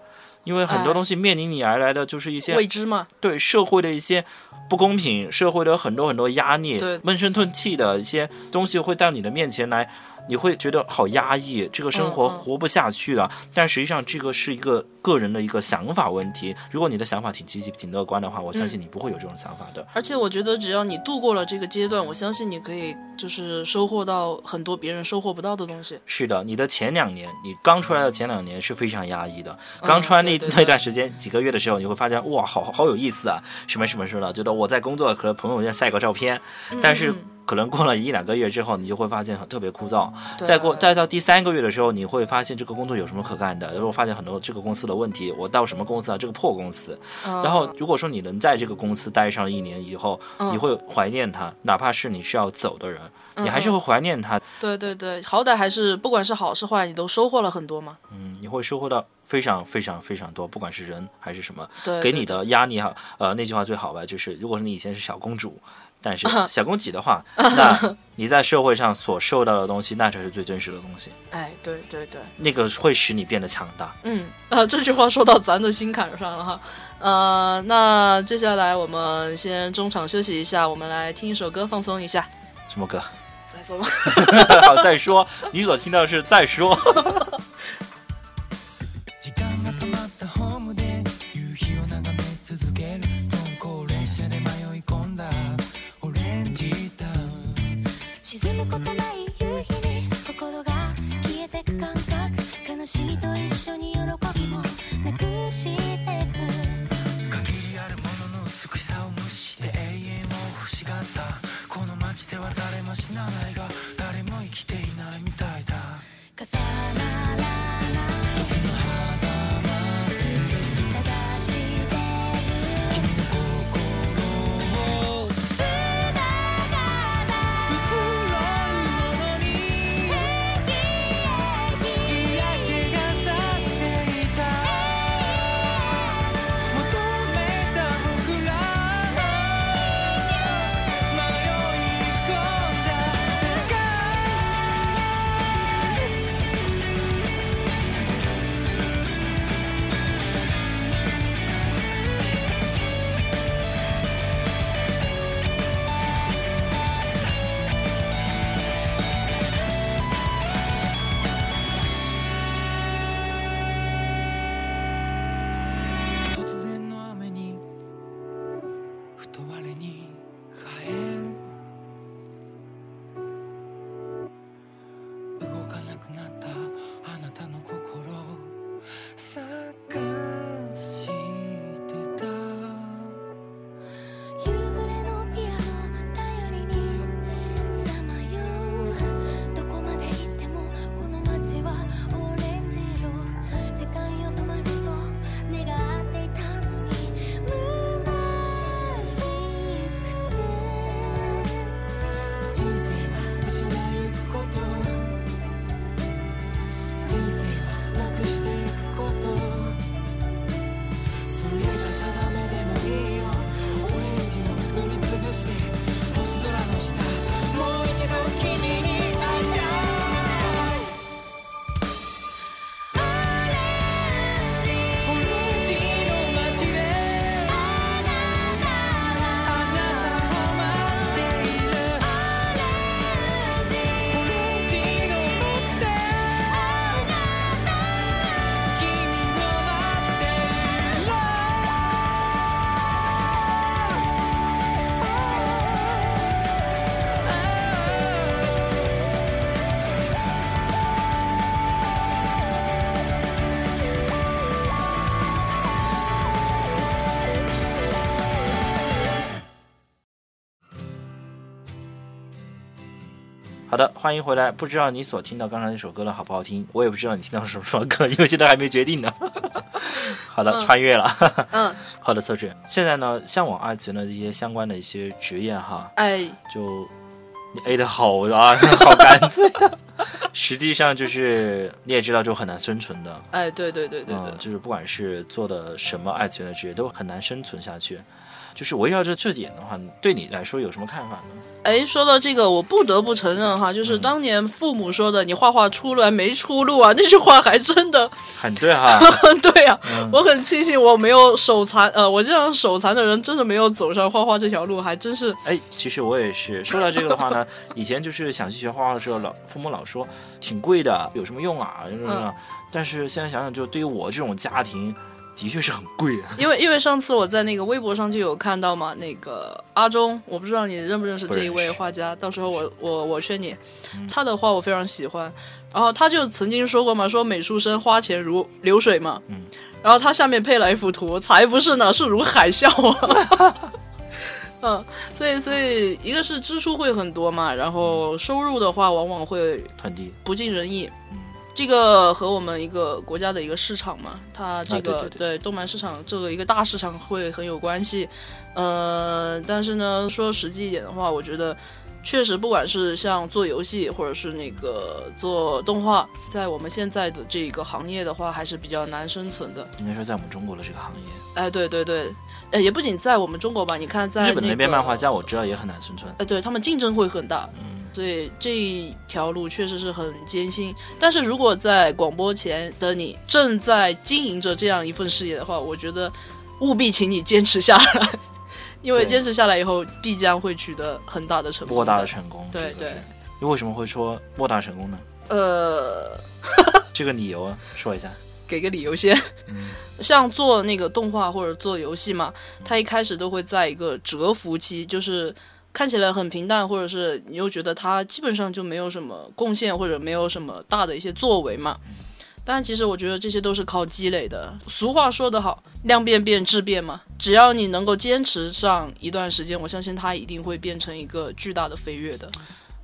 因为很多哎东西面临你而来的就是一些未知嘛，对社会的一些不公平，社会的很多很多压力对，闷声吞气的一些东西会到你的面前来，你会觉得好压抑，这个生活嗯嗯活不下去了。但实际上，这个是一个个人的一个想法问题。如果你的想法挺积极、挺乐观的话，我相信嗯你不会有这种想法的。而且我觉得只要你度过了这个阶段，我相信你可以就是收获到很多别人收获不到的东西。是的，你的前两年，你刚出来的前两年是非常压抑的。刚出来那嗯对对对那段时间几个月的时候，你会发现哇，好好有意思啊，什么什么什么的，觉得我在工作，可能朋友圈晒个照片，嗯但是可能过了一两个月之后，你就会发现很特别枯燥。对再过再到第三个月的时候，你会发现这个工作有什么可干的，然后发现很多这个公司的问题，我到什么公司啊，这个破公司。嗯然后如果说你能在这个公司待上一年以后，嗯你会怀念它，哪怕是你是要走的人，你还是嗯会怀念它，对对对，好歹还是不管是好是坏，你都收获了很多嘛。嗯，你会收获到非常非常非常多，不管是人还是什么，对，给对你的压力哈，呃，那句话最好吧，就是如果是你以前是小公主，但是啊小公举的 话，那你在社会上所受到的东西，那才是最真实的东西，哎，对对对，那个会使你变得强大。嗯啊，这句话说到咱的心坎上了哈。呃，那接下来我们先中场休息一下，我们来听一首歌放松一下。什么歌？ 再说吧。好，再说，你所听到的是再说。時間が止まったホームで夕日を眺め続ける鈍行列車で迷い込んだオレンジタウン沈むことない夕日に心が消えてく感覚悲しみと一緒に喜びもなくしてく限りあるものの美しさを無視して永遠を欲しがったこの街では誰も死なないが誰も生きていないみたいだ重ならない時の狭間で探してる君の心を船から移ろいものに嫌気がさしていた求めた僕ら迷い込んだ世界突然の雨にふと我に帰る動かなくなったあなたの心を探してた夕暮れのピアノ頼りにさまようどこまで行ってもこの街はオレンジ色時間よ止まると願っていたのに虚しくて人生は失いゆくこと人生はなくしていくことそれが定めでもいいよオレンジを飲みつぶして星空の下もう一度君に会いたいオレンジの街であなたはあなたを待っているオレンジの街であなたは君を待っている好的，欢迎回来。不知道你所听到刚才那首歌的好不好听，我也不知道你听到什么什么歌，因为现在还没决定呢。 好的，穿越了。 嗯，好的，测试。现在呢，向往二次元的一些相关的一些职业哈，哎， 就你 A 的好啊，好干脆啊。实际上就是你也知道，就很难生存的。哎，对对对对对嗯，，就是不管是做的什么二次元的职业，都很难生存下去。就是围绕着这点的话，对你来说有什么看法呢？哎，说到这个，我不得不承认哈，就是当年父母说的“你画画出来没出路啊”那 句话，还真的 很对哈，对啊。我很庆幸我没有手残，呃，我这样手残的人真的没有走上画画这条路，还真是哎，其实我也是。说到这个的话呢，以前就是想去学画画的时候，老父母老说挺贵的，有什么用啊？就是、嗯但是现在想想，就对于我这种家庭，的确是很贵啊 的。因为因为上次我在那个微博上就有看到嘛，那个阿忠，我不知道你认不认识不这一认位识画家，到时候我我我劝你，他的画我非常喜欢。然后他就曾经说过嘛，说美术生花钱如流水嘛，嗯然后他下面配了一幅图，才不是呢，是如海啸啊。 嗯，所以所以一个是支出会很多嘛，然后收入的话往往会很低，不尽人意。嗯这个和我们一个国家的一个市场嘛，它这个、啊对对动漫市场这个一个大市场会很有关系。呃，但是呢，说实际一点的话，我觉得确实不管是像做游戏或者是那个做动画，在我们现在的这个行业的话，还是比较难生存的。应该说在我们中国的这个行业，哎，对对对，呃，也不仅在我们中国吧，你看在、日本那那边个漫画家我知道也很难生存。呃，对他们竞争会很大，所以这一条路确实是很艰辛。但是如果在广播前的你正在经营着这样一份事业的话，我觉得务必请你坚持下来，因为对坚持下来以后必将会取得很大的成功。莫大的成功，对这个对是，你为什么会说莫大成功呢？呃，这个理由啊，说一下。给个理由先。像做那个动画或者做游戏嘛，它一开始都会在一个蛰伏期，就是看起来很平淡，或者是你又觉得它基本上就没有什么贡献，或者没有什么大的一些作为嘛。但其实我觉得这些都是靠积累的。俗话说得好，量变变质变嘛。只要你能够坚持上一段时间，我相信它一定会变成一个巨大的飞跃的。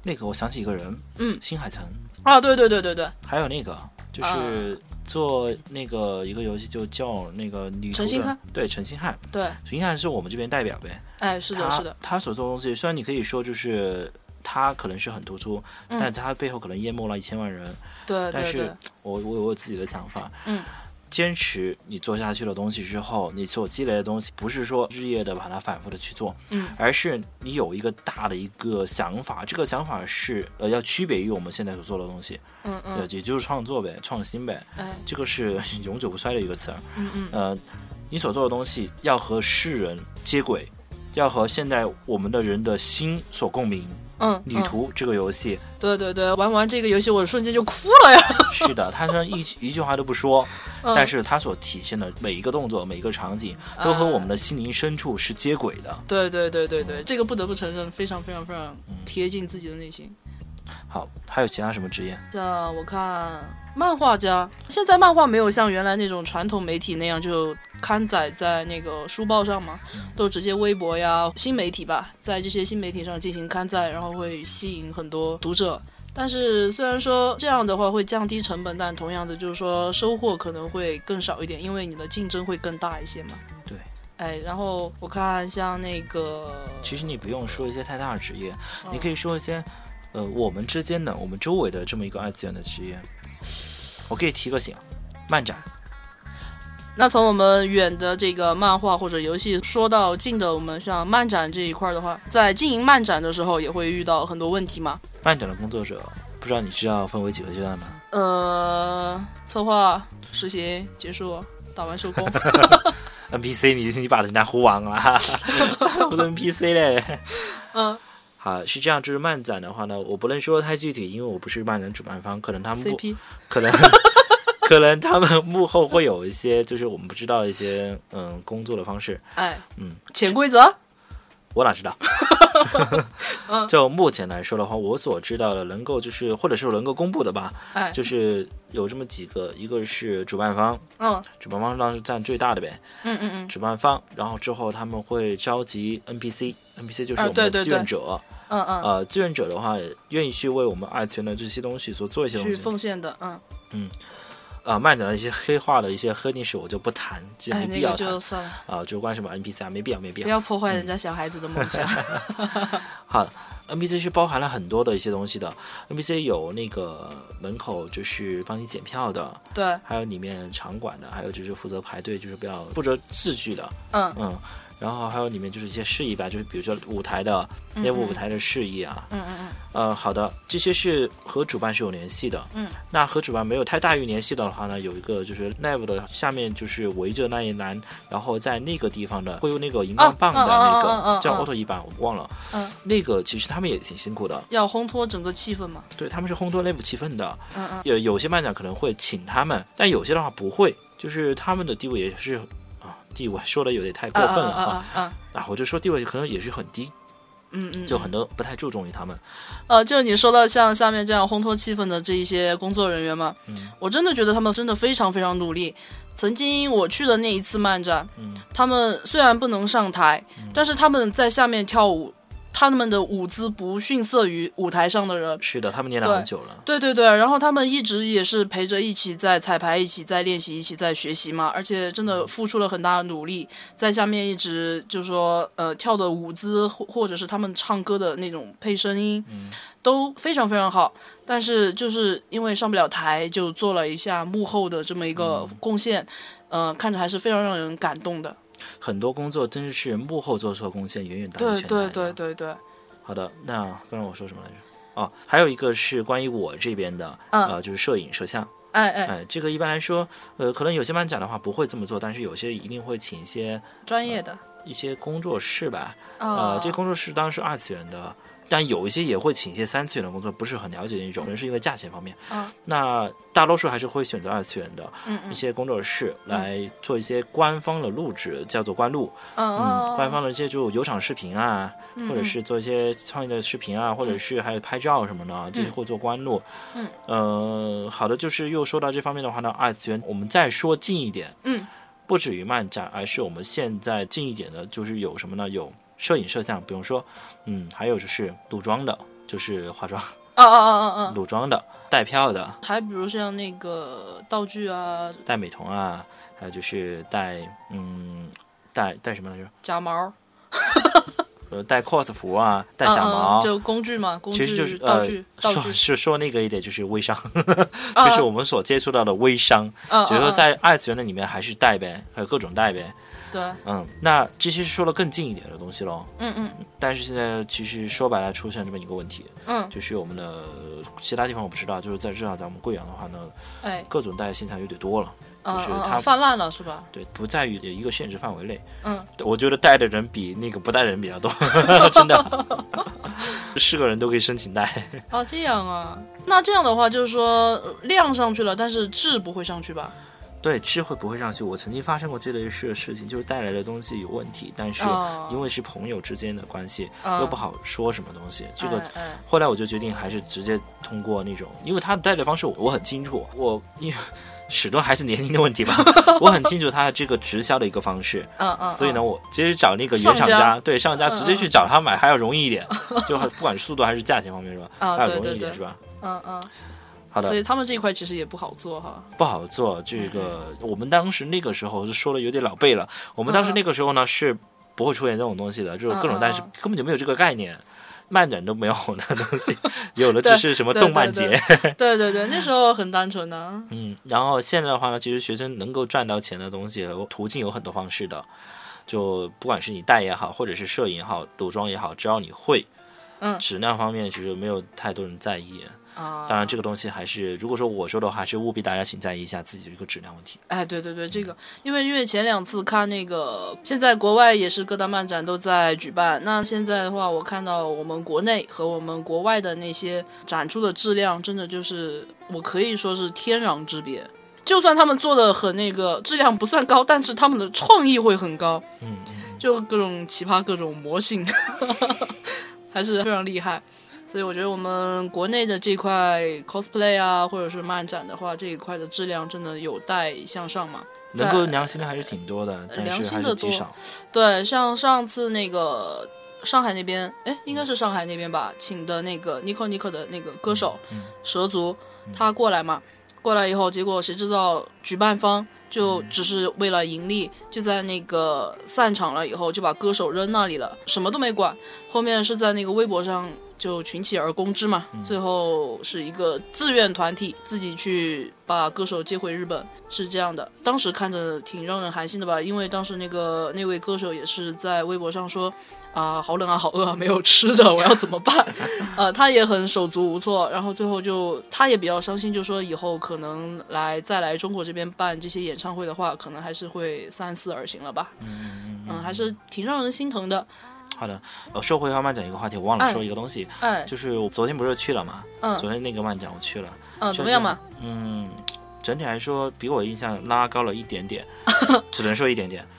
那个我想起一个人，嗯新海诚，啊，对对对对对，还有那个就是做那个一个游戏就叫那个女陈仆星的汉，对陈星汉，对，陈星汉是我们这边代表呗。哎，是的，他是的，他所做的东西，虽然你可以说就是他可能是很突出，嗯但他背后可能淹没了一千万人。对但对对是，我我有我自己的想法，嗯，坚持你做下去的东西之后，你所积累的东西，不是说日夜的把它反复的去做，嗯，而是你有一个大的一个想法，这个想法是呃要区别于我们现在所做的东西，嗯呃，嗯，也就是创作呗，创新呗，哎，这个是 永久不衰的一个词儿，嗯嗯。呃，你所做的东西要和世人接轨，要和现在我们的人的心所共鸣。嗯，旅途这个游戏，嗯对对对，玩完这个游戏我瞬间就哭了呀。是的，他虽然一一句话都不说，嗯但是它所体现的每一个动作、每一个场景，都和我们的心灵深处是接轨的。对对对对对，这个不得不承认，非常非常非常贴近自己的内心。好，还有其他什么职业？像啊我看漫画家，现在漫画没有像原来那种传统媒体那样就刊载在那个书报上嘛，都直接微博呀、新媒体吧，在这些新媒体上进行刊载，然后会吸引很多读者。但是虽然说这样的话会降低成本，但同样的就是说收获可能会更少一点，因为你的竞争会更大一些嘛。对。哎，然后我看像那个，其实你不用说一些太大的职业，你可以说一些，呃，我们之间的、我们周围的这么一个二次元的职业。我可以提个醒，漫展，那从我们远的这个漫画或者游戏说到近的，我们像漫展这一块儿的话，在经营漫展的时候也会遇到很多问题嘛。漫展的工作者，不知道你知道分为几个阶段吗？呃，策划、实行、结束、打完收 工。 NPC，你你把人家唬完了，我的 NPC 嘞。嗯好，是这样，就是漫展的话呢，我不能说太具体，因为我不是漫展主办方，可能他们不，CP 可能 可能他们幕后会有一些，就是我们不知道的一些嗯工作的方式，哎，嗯，潜规则。我哪知道？ 就目前来说的话，我所知道的能够就是或者是能够公布的吧，哎，就是有这么几个，一个是主办方，嗯主办方当然是占最大的呗，嗯嗯嗯主办方，然后之后他们会召集 NPC。NPC 就是我啊们对的对志愿对者，嗯嗯，呃，志愿者的话，愿意去为我们二次元的这些东西所做一些东去西。奉献的，嗯呃漫长的一些黑化的一些黑历史，我就不谈，就哎，没那必个要谈就算了，啊、就关什么 NPC 啊，没必要，没必不要。要破坏人家小孩子的 梦想。好，NPC 是包含了很多的一些东西的，NPC 有那个门口就是帮你检票的，对，还有里面场馆的，还有就是负责排队，就是不要负责秩序的，嗯嗯，然后还有里面就是一些事宜吧，就是比如说舞台的内部舞台的事宜啊，嗯嗯呃，好的，这些是和主办是有联系的。嗯，那和主办没有太大于联系的话呢，有一个就是 live 的下面就是围着那一栏，然后在那个地方的会有那个荧光棒的哦哦那哦哦哦个哦叫 auto 一版，我忘了。嗯，那个其实他们也挺辛苦的，要烘托整个气氛嘛。对，他们是烘托 live 气氛的。嗯嗯，有有些漫展可能会请他们，但有些的话不会，就是他们的地位也是啊，地位说的有点太过分了啊啊啊啊啊！啊，我就说地位可能也是很低，嗯嗯，就很多不太注重于他们。呃，就你说到像下面这样烘托气氛的这一些工作人员嘛，我真的觉得他们真的非常非常努力。曾经我去的那一次漫展，嗯他们虽然不能上台，但是他们在下面跳舞，他们的舞姿不逊色于舞台上的人。是的，他们年来对很久了。对对对，然后他们一直也是陪着一起在彩排，一起在练习，一起在学习嘛，而且真的付出了很大的努力，在下面一直就说呃跳的舞姿或或者是他们唱歌的那种配声音，都非常非常好。但是就是因为上不了台，就做了一下幕后的这么一个贡献，呃，看着还是非常让人感动的。很多工作真是幕后做出的贡献远远大于对前台对的。对对对，好的，那刚才我说什么来着？哦，还有一个是关于我这边的，嗯呃，就是摄影摄像，哎哎，哎，这个一般来说，呃，可能有些漫展的话不会这么做，但是有些一定会请一些专业的一些工作室吧，啊呃，这工作室当然是二次元的，但有一些也会请一些三次元的工作，不是很了解的那种，可能是因为价钱方面。嗯那大多数还是会选择二次元的嗯嗯一些工作室来做一些官方的录制，叫做官录。嗯嗯，官方的一些就有场视频啊，或者是做一些创意的视频啊，或者是还有拍照什么的，这些会做官录。嗯，呃，好的，就是又说到这方面的话呢，二次元我们再说近一点，嗯，不止于漫展，而是我们现在近一点的，就是有什么呢？有摄影摄像，比如说，嗯，还有就是裸妆的，就是化妆、啊啊啊啊啊，裸妆的，带票的，还比如像那个道具啊，带美瞳啊，还有就是带嗯带带什么来着？假毛。呃，带 cos 服啊，带假毛，嗯嗯，就工具嘛，工具其实就是道呃具，道说 具，是说那个一点就是微商，啊就是我们所接触到的微商，嗯只是说嗯在二次元的里面还是带呗，还有各种带呗，对，嗯，那这些是说了更近一点的东西喽。嗯嗯但是现在其实说白了出现这么一个问题，嗯，就是我们的其他地方我不知道，就是在至少在我们贵阳的话呢，哎，各种带现象有点多了，嗯就是嗯它嗯，泛滥了是吧？对，不在于一个限制范围内。嗯，我觉得带的人比那个不带的人比较多， 真的，是个人都可以申请带。哦，这样啊，那这样的话就是说呃量上去了，但是质不会上去吧？对，吃会不会上去？我曾经发生过这类事事情，就是带来的东西有问题，但是哦因为是朋友之间的关系，嗯又不好说什么东西。这个哎哎，后来我就决定还是直接通过那种，因为他的带的方式我我很清楚，我因为 始终还是年龄的问题吧， 我很清楚他的这个直销的一个方式。嗯嗯，所以呢，嗯，我直接找那个原厂上家嗯对上家直接去找他买，还要容易一点， 就不管速度还是价钱方面是吧？啊还要对容对易一点对是吧？嗯嗯，好的所，以他们这一块其实也不好做哈。不好做。这个嗯我们当时那个时候就说的有点老辈了。我们当时那个时候呢是不会出现这种东西的，就是各嗯种嗯但是嗯根本就没有这个概念，漫展都没有的东 西，有的对只是什么对动漫对节。 对对对，那时候很单纯的。嗯，然后现在的话呢，其实学生能够赚到钱的东西途径有很多方式的，就不管是你带也好，或者是摄影也好、裸妆也好，只要你会。嗯质量方面其实没有太多人在意，啊，当然这个东西还是，如果说我说的话，还是务必大家请在意一下自己的一个质量问题。哎，对对对，这个，因为因为前两次看那个，现在国外也是各大漫展都在举办。那现在的话，我看到我们国内和我们国外的那些展出的质量，真的就是我可以说是天壤之别。就算他们做的很那个质量不算高，但是他们的创意会很高，嗯嗯。就各种奇葩、各种魔性， 还是非常厉害。所以我觉得我们国内的这块 cosplay 啊，或者是漫展的话，这一块的质量真的有待向上嘛。能够在呃良心的还是挺多的，但良是心还的是多极少。对，像上次那个上海那边，哎，应该是上海嗯那边吧，请的那个 Nico Nico 的那个歌手、蛇族，他过来嘛，过来以后，结果谁知道举办方就只是为了盈利，就在那个散场了以后就把歌手扔那里了，什么都没管。后面是在那个微博上就群起而攻之嘛，最后是一个自愿团体自己去把歌手接回日本，是这样的。当时看着挺让人寒心的吧，因为当时那个那位歌手也是在微博上说。啊，好冷啊，好饿啊，没有吃的，我要怎么办？呃，他也很手足无措，然后最后就他也比较伤心，就说以后可能来再来中国这边办这些演唱会的话，可能还是会三思而行了吧。嗯还是挺让人心疼的。好的，呃，说回到漫展一个话题，我忘了哎说一个东西，哎，就是我昨天不是去了嘛，嗯昨天那个漫展我去了，嗯，怎么样嘛？嗯，整体来说比我印象拉高了一点点，只能说一点点。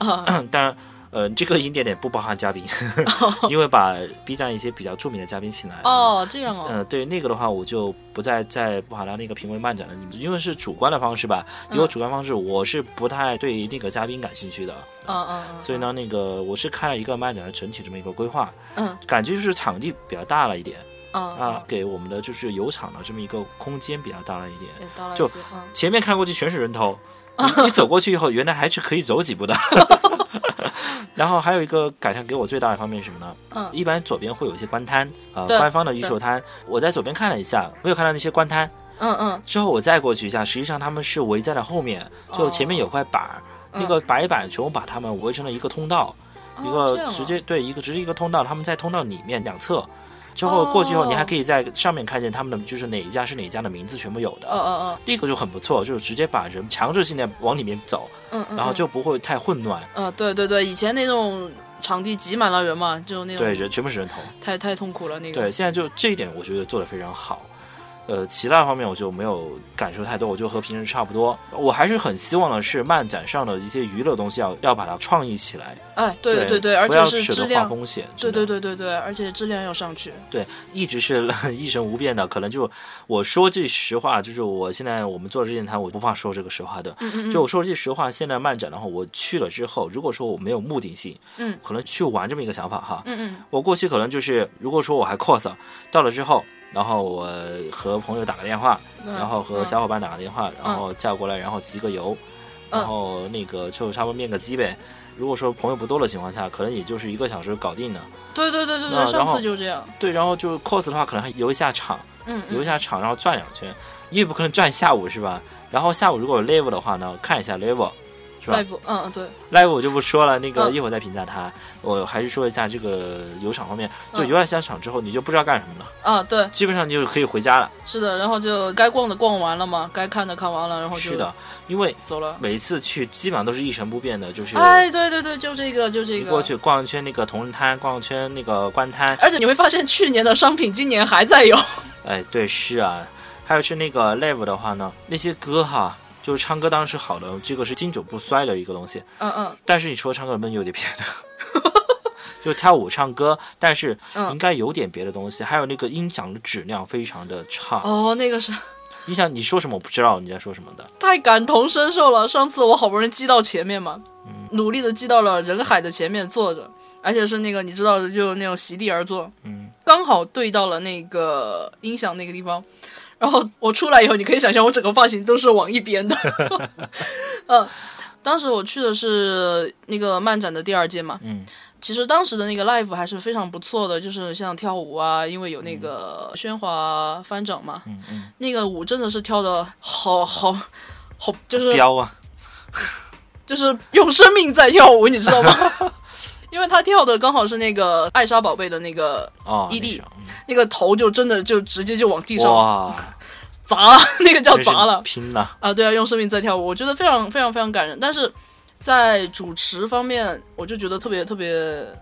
当然，呃，这个一点点不包含嘉宾， 因为把 B 站一些比较著名的嘉宾请来了。哦，这样哦，嗯，对那个的话，我就不再在布卡拉那个评为漫展了，因为是主观的方式吧。以我主观方式，我是不太对那个嘉宾感兴趣的。嗯嗯嗯，所以呢，那个我是看了一个漫展的整体这么一个规划，嗯，感觉就是场地比较大了一点嗯啊嗯，，给我们的就是有场的这么一个空间比较大了一点。也到了一就些，嗯，前面看过去全是人头，哦你你走过去以后，原来还是可以走几步 的。然后还有一个改善给我最大的方面是什么呢？嗯一般左边会有一些官摊，呃，对官方的一手摊。我在左边看了一下，没有看到那些官摊。嗯嗯，之后我再过去一下，实际上他们是围在了后面，就前面有块板儿，哦嗯那个白板全部把他们围成了一个通道，哦一这个样啊直接对一个直接一个通道，他们在通道里面两侧。之后过去以后，哦你还可以在上面看见他们的就是哪一家是哪一家的名字全部有的。哦哦第一个就很不错，就是直接把人强制性的往里面走，哦，嗯嗯，然后嗯就不会太混乱。呃，对对对，以前那种场地挤满了人嘛，就那种对，人全部是人头。太太痛苦了那个。对，现在就这一点，我觉得做得非常好。呃，其他方面我就没有感受太多，我就和平时差不多。我还是很希望的是漫展上的一些娱乐东西要要把它创意起来，哎，对对对，而不且要是舍质得划量，风险。真对的对对对对，而且质量要上去。对，一直是呃一成不变的。可能就我说句实话，就是我现在我们做这电台，我不怕说这个实话的。嗯就我说句实话，现在漫展的话，我去了之后，如果说我没有目的性，嗯，可能去玩这么一个想法哈。嗯嗯，我过去可能就是，如果说我还 cos 到了之后，然后我和朋友打个电话，嗯然后和嗯小伙伴打个电话，然后叫过来，然后集个邮，嗯然后那个就差不多面个基呗。如果说朋友不多的情况下，可能也就是一个小时搞定的。对对对对那对，然上后次就这样。对，然后就 cos 的话，可能还游一下场，嗯游一嗯，下场，然后转两圈，你也不可能转一下午是吧？然后下午如果有 level 的话呢，看一下 level，是吧 live，嗯嗯对， live 我就不说了，那个嗯一会儿再评价它。我还是说一下这个游场方面，就嗯游了下场之后，你就不知道干什么了，啊对，基本上你就可以回家了。是的，然后就该逛的逛完了嘛，该看的看完了，然后就是的，因为走了。每一次去基本上都是一成不变的，就是哎，对对对，就这个就这你个。过去逛一圈那个同仁摊，逛一圈那个官摊，而且你会发现，去年的商品今年还在有。哎，对，是啊，还有是那个 live 的话呢，那些歌哈，就是唱歌当然是好的，这个是经久不衰的一个东西。嗯嗯，但是你除了唱歌，能不能有点别的？ 就跳舞、唱歌，但是嗯应该有点别的东西。还有那个音响的质量非常的差，哦，那个是音响你说什么我不知道你在说什么的。太感同身受了。上次我好不容易记到前面嘛，努力的记到了人海的前面坐着，而且是那个你知道的，就那种席地而坐，嗯，刚好对到了那个音响那个地方。然后我出来以后，你可以想象我整个发型都是往一边的。 嗯，当时我去的是那个漫展的第二届嘛，嗯，其实当时的那个 live 还是非常不错的，就是像跳舞啊，因为有那个喧哗翻掌嘛，嗯嗯，那个舞真的是跳的好好好，就是彪啊，就是用生命在跳舞，你知道吗？ 因为他跳的刚好是那个艾莎宝贝的那个哦，伊那利首那个头，就真的就直接就往地嗯上 哇，砸， 那个叫真是砸了拼了，啊！对啊，用生命在跳舞，我觉得非常非常非常感人。但是在主持方面，我就觉得特别特别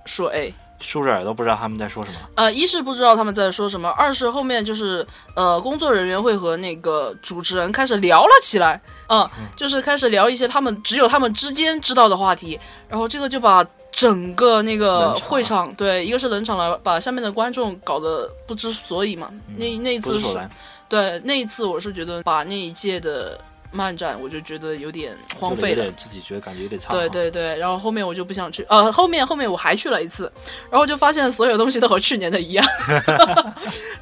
水。竖着耳朵不知道他们在说什么。呃，一是不知道他们在说什么，二是后面就是呃，工作人员会和那个主持人开始聊了起来，嗯，就是开始聊一些他们只有他们之间知道的话题，然后这个就把整个那个冷场会场，对，一个是冷场了，把下面的观众搞得不知所以嘛，那那一嗯不次知所是然，对那一次我是觉得把那一届的漫展，我就觉得有点荒说得废有了。点自己觉得感觉有点差。啊对，对对，然后后面我就不想去，呃，后面后面我还去了一次，然后就发现所有东西 都和去年的一样，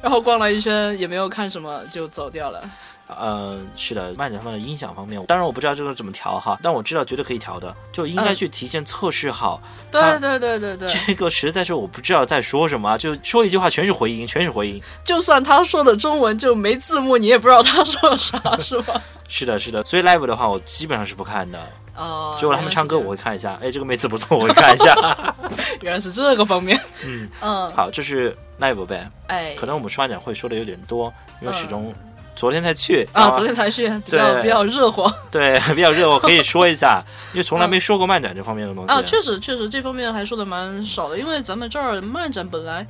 然后逛了一圈也没有看什么，就走掉了。呃，是的，漫展上的音响方面，当然我不知道这个怎么调哈，但我知道绝对可以调的，就应该嗯去提前测试好。对对对对嗯对，这个实在是我不知道在说什么啊，就说一句话全是回音，全是回音。就算他说的中文就没字幕，你也不知道他说的啥，是吧？是的，是的，所以 live 的话我基本上是不看的， 哦，就他们唱歌我会看一下，哎，这个妹子不错，我会看一 下。原来是这个方面，嗯嗯，好，这是 live 呗，哎，可能我们说漫展会说的有点多，因为嗯始终昨天才去啊，昨天才去，比较对比较热火 对比较热，我 可以说一下，因为从嗯来没说过漫展这方面的东西啊，确实确实这方面还说的蛮少的，因为咱们这儿漫展本来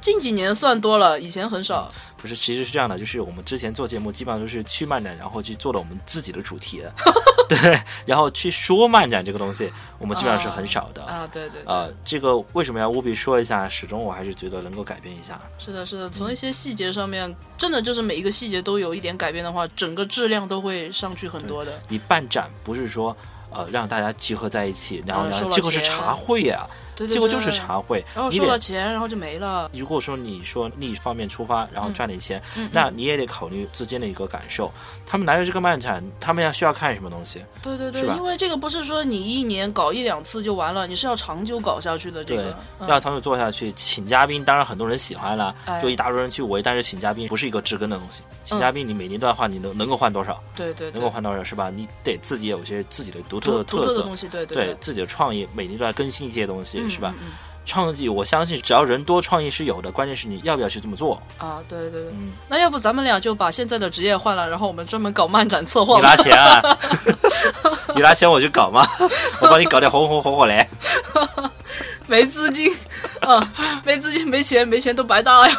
近几年算多了，以前很少。不是，其实是这样的，就是我们之前做节目，基本上都是去漫展，然后去做了我们自己的主 题，对，然后去说漫展这个东西，我们基本上是很少的。啊，对对，呃，这个为什么要务必说一下？始终我还是觉得能够改变一下。是的，是的，嗯从一些细节上面，真的就是每一个细节都有一点改变的话，整个质量都会上去很多的。你办展不是说呃让大家集合在一起，然后嗯然收后了结果是钱茶会呀、对对对，结果就是茶会，然后你收了得。钱，然后就没了。如果说你说另一方面出发，然后嗯赚点钱，那你也得考虑之间的一个感受。他们来了这个漫展，他们要需要看什么东西？对对对是，吧因为这个不是说你一年搞一两次就完了，你是要长久搞下去的。这对个，，要长久做下去，请嘉宾当然很多人喜欢了，嗯哎就一大堆人去围，但是请嘉宾不是一个知根的东西。请嘉宾，你每年都要换，你能能够换多少？对对能对够，换多少是吧？你得自己有些自己的独特独的独特特的色东，西，对对对，自己的创意，每年都要更新一些东西嗯是吧？嗯创意，我相信只要人多，创意是有的，关键是你要不要去这么做。嗯啊，对对对。嗯，那要不咱们俩就把现在的职业换了，然后我们专门搞漫展策划你吧拿。钱 啊？ 你拿钱我去搞嘛，我帮你搞点红红火火嘞。没资金， 啊，没资金，没钱，没钱都白搭呀。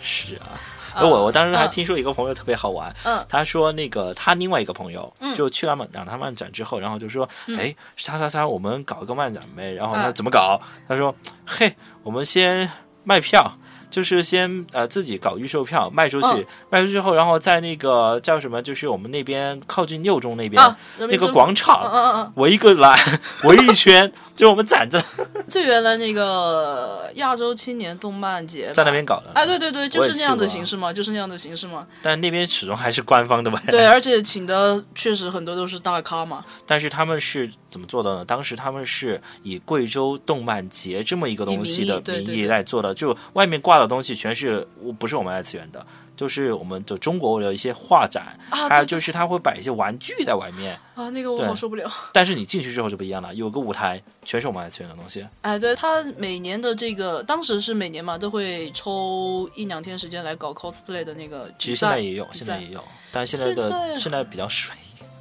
是啊，哎我我当时还嗯听说一个朋友特别好玩，嗯他说那个他另外一个朋友就去了漫两趟漫展之后，然后就说，哎，啥啥啥，我们搞一个漫展呗。然后他嗯怎么搞？他说，嘿，我们先卖票。就是先呃自己搞预售票卖出去，嗯卖出去后，然后在那个叫什么，就是我们那边靠近六中那边、啊，那人民个政府广场，嗯嗯嗯围一个来 围一圈， 就我们攒着嗯，最原来那个亚洲青年动漫节在那边搞的。哎，对对对，就我也是那去样的过啊形式嘛，就是那样的形 式嘛。但那边始终还是官方的呗。对，而且请的确实很多都是大咖嘛，但是他们是怎么做的呢？当时他们是以贵州动漫节这么一个东西的以名义对名对义对来做的，就外面挂的东西全是我不是我们二次元的，就是我们的中国的一些画展，啊还有对就是他会摆一些玩具在外面。啊，那个我对好受不了。 但是你进去之后就不一样了，有个舞台全是我们二次元的东西。哎，对他每年的这个，当时是每年嘛，都会抽一两天时间来搞 cosplay 的那个其比实现在赛也有，比现赛在也有，但现在的现在现在比较水。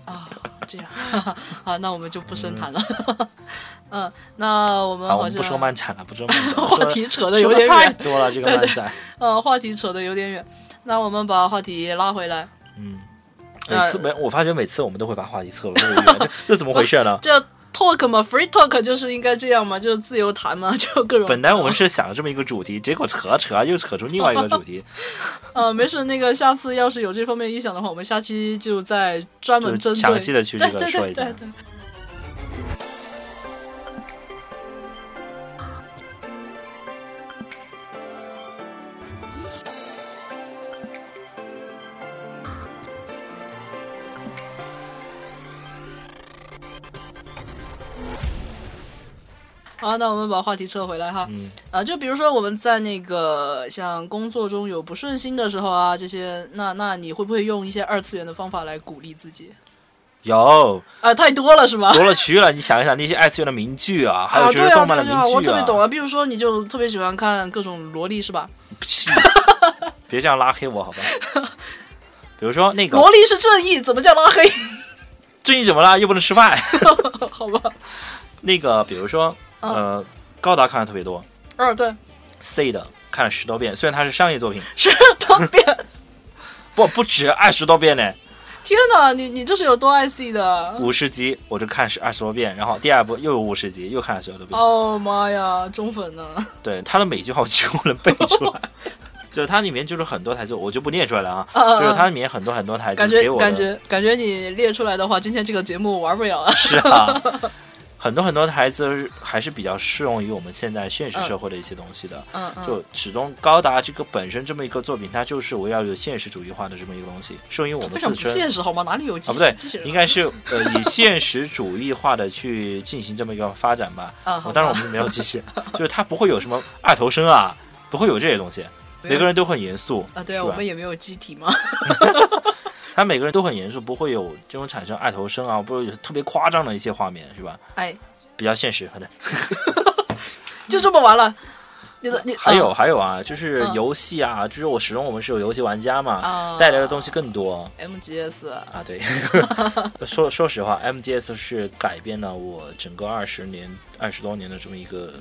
啊，这样 啊，那我们就不深谈了。 嗯，那我们啊，我好们像不说 漫展了，不说漫展了，话说题扯说得的有点太远，多了，这个对对漫 展。呃，话题扯得有点远。那我们把话题拉回来，每呃次没，我发觉每次我们都会把话题扯得特别远，这这怎么回事 呢？这 talk 嘛，free talk 就是应该这样嘛，就是自由谈嘛，就各种。本来我们是想了这么一个主题，结果扯扯又扯出另外一个主 题，呃，没事，那个下次要是有这方面意向的话，我们下期就再专门就针对详细的去这对个对说一下对对。对。好，那我们把话题撤回来哈。嗯啊，就比如说我们在那个像工作中有不顺心的时候啊，这些，那那你会不会用一些二次元的方法来鼓励自己？有啊，太多了是吧？多了去了，你想一想那些二次元的名句啊，还啊，有就对是啊，动漫的对啊，我名句特别 懂啊，啊。比如说，你就特别喜欢看各种萝莉是吧？屁别这样拉黑我好吧？ 比如说那个萝莉是正义，怎么叫拉黑？最近怎么啦？又不能吃饭？ 好吧？那个比如说嗯呃，高达看的特别多啊，对， ，C 的看了十多遍，虽然它是商业作品，是当变。不不止二十多遍呢。天哪，你你这是有多爱 C 的？五十集我就看是二十多遍，然后第二部又有五十集，又看了十多遍。哦妈呀，忠粉呢、对他的每句话我几乎能背出来， 就是它里面就是很多台词，我就不念出来了啊，啊啊啊就是它里面很多很多台词感给觉我的感觉感觉你列出来的话，今天这个节目玩不了啊！是啊。很多很多的孩子还是比较适用于我们现在现实嗯社会的一些东西的。嗯嗯，就始终高达这个本身这么一个作品，它就是围绕着现实主义化的这么一个东西，适用于我们非常自不身。现实好吗？哪里有机啊，不对机器，人应该是呃以现实主义化的去进行这么一个发展吧。啊好我吧当然我们没有机器， 就是它不会有什么二头身啊，不会有这些东西。不要每个人都很严肃啊，对啊，是吧我们也没有机体嘛。 他每个人都很严肃，不会有这种产生二头身啊，不会有特别夸张的一些画面，是吧？哎，比较现实，反正啊就这么完了。你的你还有、啊还有啊，就是嗯游戏啊，就是我始终我们是有游戏玩家嘛，啊带来的东西更多 MGS 啊。 对，说说实话，MGS 是改变了我整个二十年、二十多年的这么一个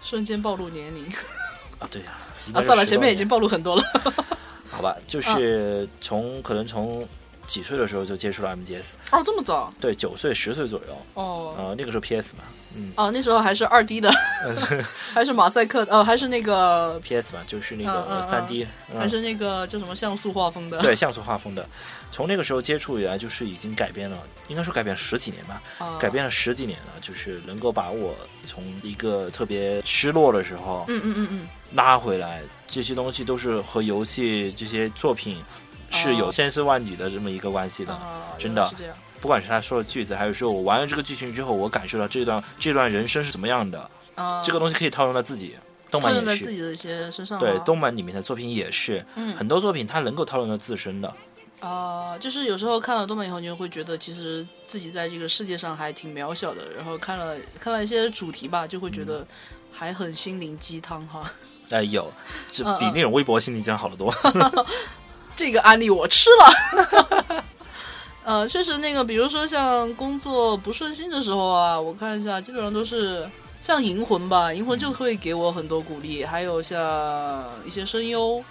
瞬间暴露年龄啊，对呀、应该啊，是算了， 10前面多已经啊年暴露很多了。好吧，就是从、可能从几岁的时候就接触了 MGS， 哦，这么早对，九岁、十岁左右，哦呃，那个时候 PS 嘛，嗯哦，那时候还是 二 D 的，还是马赛克的，哦，还是那个，PS 嘛，就是那嗯个嗯嗯三 D，、嗯还是那个叫什么像素画风的。对像素画风的，从那个时候接触以来，就是已经改变了，应该说改变了十几年吧，啊，改变了十几年了，就是能够把我从一个特别失落的时候嗯嗯嗯嗯，拉回来，这些东西都是和游戏这些作品是有哦千丝万缕的这么一个关系的，啊，真原的来是这样。不管是他说的句子，还是说我玩了这个剧情之后，我感受到这段这段人生是怎么样的，啊，这个东西可以套用到自己动套漫用在也自是，己的一些身上啊。对动漫里面的作品也是，嗯很多作品它能够套用到自身的，啊、就是有时候看了动漫以后，你就会觉得其实自己在这个世界上还挺渺小的。然后看了看了一些主题吧，就会觉得还很心灵鸡汤哈。哎、有，这嗯比嗯那种微博心理战好得多。 这个案例我吃了。 呃，确实那个，比如说像工作不顺心的时候啊，我看一下，基本上都是像《银魂》吧，《银魂》就会给我很多鼓励，还有像一些声优，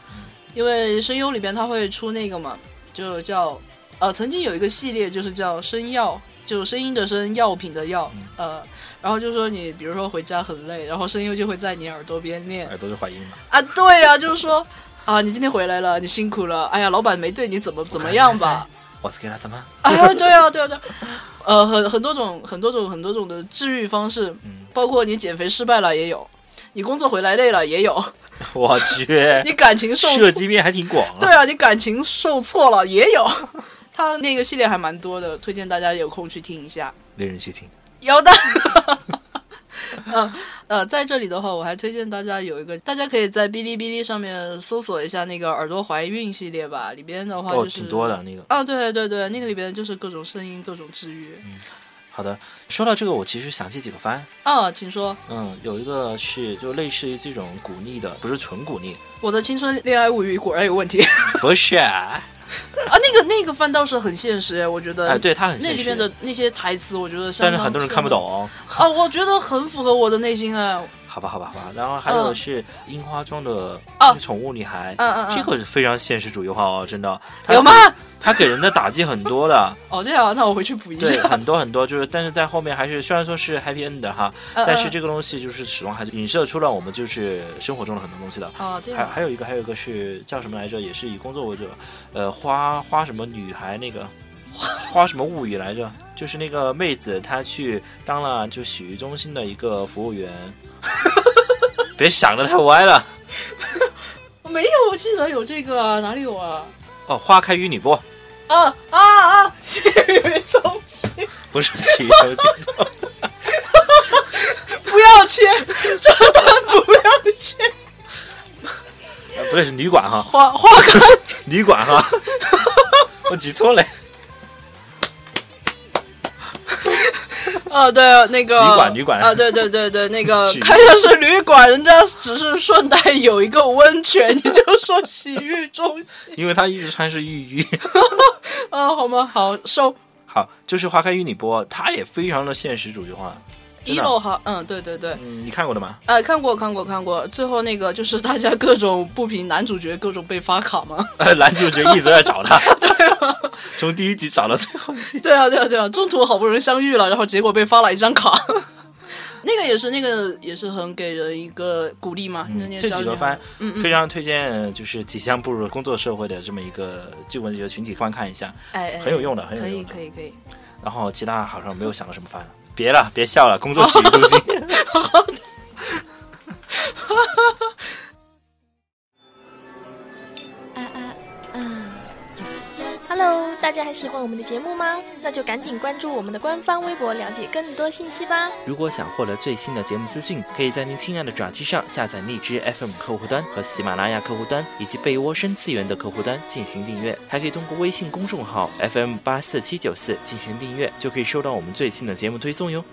因为声优里边它会出那个嘛，就叫呃，曾经有一个系列就是叫声药，就声音的声，药品的药，呃，然后就说你比如说回家很累，然后声优就会在你耳朵边念耳哎朵是怀孕嘛？啊，对呀、就是说啊，你今天回来了，你辛苦了，哎呀，老板没对你怎么怎么样 吧？我是给他什么？哎呀，对呀、对呀、对、啊，呃，很很多种，很多种，很多种的治愈方式，包括你减肥失败了也有，你工作回来累了也有，我去，你感情受挫涉及面还挺广啊。对啊，你感情受挫了也有， 他那个系列还蛮多的，推荐大家有空去听一下。没人去听。有的。 呃呃，在这里的话，我还推荐大家有一个，大家可以在哔哩哔哩上面搜索一下那个耳朵怀孕系列吧，里边的话哦，就是、挺多。的那个。啊，对对对，那个里边就是各种声音，各种治愈。嗯好的，说到这个，我其实想起几个番，啊，请说，嗯，有一个是就类似于这种鼓励的，不是纯鼓励，我的青春恋爱物语果然有问题 啊！不是 啊，那个那个番倒是很现实，我觉得。哎，对，它很那现里实面，的那些台词，我觉得但相当是很多人看不懂。啊，我觉得很符合我的内心啊。好吧，好吧，好吧。然后还有嗯是樱花中的哦宠物女孩，嗯嗯嗯这个是非常现实主义化哦，真的。它有吗？它给人的打击很多 的，哦，这样啊，那我回去补一对，下。很多很多，就是但是在后面还是虽然说是 happy end 的哈，嗯但是嗯这个东西就是始终还是影射出了我们就是生活中的很多东西的。哦，这还样还有一个，还有一个是叫什么来着？也是以工作为主，呃，花花什么女孩那个，花什么物语来着？就是那个妹子，她去当了就洗浴中心的一个服务员。 别想的太歪了哦没有，我记得有这个啊，哪里有啊？哦！花开与你不，啊啊啊！血雨中心，不是洗浴中心。 不要切，真的不要切。呃不对，是旅馆哈， 花花开，旅馆哈， 我记错了，啊，对，那个旅馆旅馆啊，对对对对，那 个洗浴开的是旅馆，人家只是顺带有一个温泉，你就说洗浴中心因为她一直穿是浴衣。啊，好吗？好收好，就是花开与你播，它也非常的现实主义化。真一的楼好，嗯，对对对，嗯，你看过的吗？呃，看过看过看过，最后那个就是大家各种不平，男主角各种被发卡嘛。呃，男主角一直在找 他，对、啊从第一集找到最后一集。对啊，对啊，对啊，中途好不容易相遇了，然后结果被发了一张卡。 那个也是，那个也是很给人一个鼓励嘛。那那嗯这小啊嗯几女个孩番，非常推荐，就是即将步入工作社会的这么一个旧文学群体观看一下，哎，哎很有用的，很有可以，用的。可以，可以。然后其他好像没有想到什么番了。别了，别笑了，工作起于中心。哦啊啊嗯。Hello，大家还喜欢我们的节目吗？那就赶紧关注我们的官方微博，了解更多信息吧。 如果想获得最新的节目资讯，可以在您亲爱的爪机上下载荔枝 FM 客户端和喜马拉雅客户端，以及被窝深次元的客户端进行订阅。还可以通过微信公众号 FM 八四七九四进行订阅，就可以收到我们最新的节目推送哟。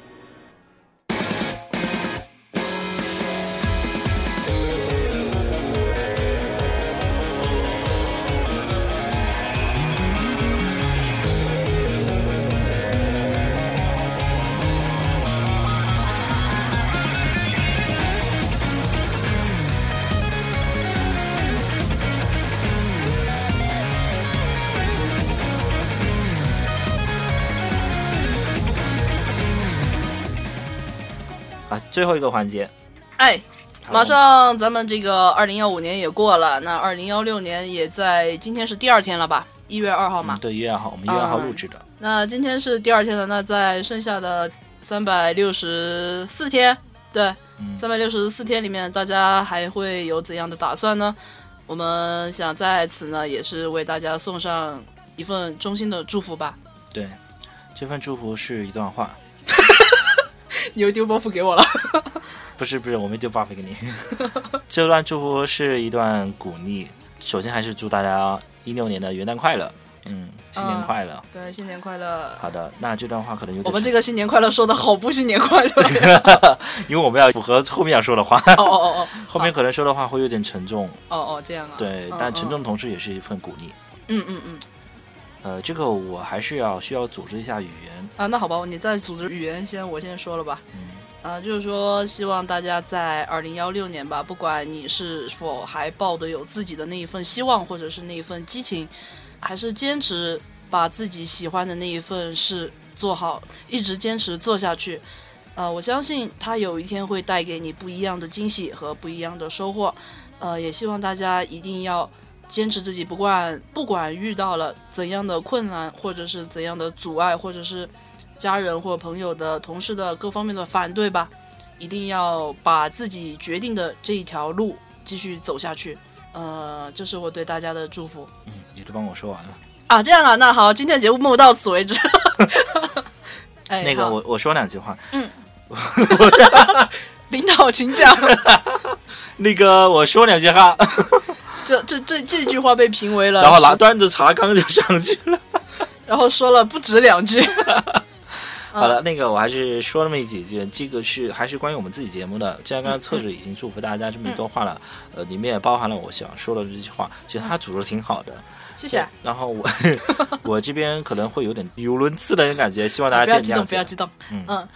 啊，最后一个环节，哎，好马上咱们这个二零幺五年也过了，那二零幺六年也在今天是第二天了吧？一月二号我们嘛。嗯嗯对一月二号，我们一月二号录制的，那今天是第二天了，那在剩下的三百六十四天，对，嗯三百六十四天里面，大家还会有怎样的打算呢？我们想在此呢，也是为大家送上一份衷心的祝福吧。对，这份祝福是一段话， 你又丢包袱给我了。不是不是，我没丢 buff 给 你。这段祝福是一段鼓励。首先还是祝大家一六年的元旦快乐，嗯，新年嗯快乐。对，新年快乐！ 好的，那这段话可能有点我们长这个新年快乐说的好不新年 快乐呀因为我们要符合后面要说的 话，哦哦哦后面可能说的话会有点沉重，哦哦哦，这样啊。对嗯，但沉重同时也是一份鼓励。嗯嗯嗯呃，这个我还是要需要组织一下语言，啊，那好吧，你再组织语言先，我先说了吧。嗯啊，就是说，希望大家在二零幺六年吧，不管你是否还抱得有自己的那一份希望，或者是那一份激情，还是坚持把自己喜欢的那一份事做好，一直坚持做下去。呃，我相信它有一天会带给你不一样的惊喜和不一样的收获。呃，也希望大家一定要坚持自己，不管不管遇到了怎样的困难，或者是怎样的阻碍，或者是家人或朋友的、同事的各方面的反对吧，一定要把自己决定的这一条路继续走下去。呃，这是我对大家的祝福嗯，你都帮我说完了。啊。这样啊，那好，今天节目到此为止。 哎，那个好嗯我我说两句话， 领导请讲。那个我说两句话， 呃这这这这句话被评为 了，然后拿端着茶缸就上 去了。然后说了不止 两句。好嗯了，那个我还是说那么几句，这个是还是关于我们自己节目的。既然刚刚策着已经祝福大家这么多话了，嗯呃，里面也包含了我想说的这句话，其实他组织挺好的。谢谢。然后我 我这边可能会有点语无伦次的那种感觉，希望不大家要见激谅动，解。啊不要激嗯动。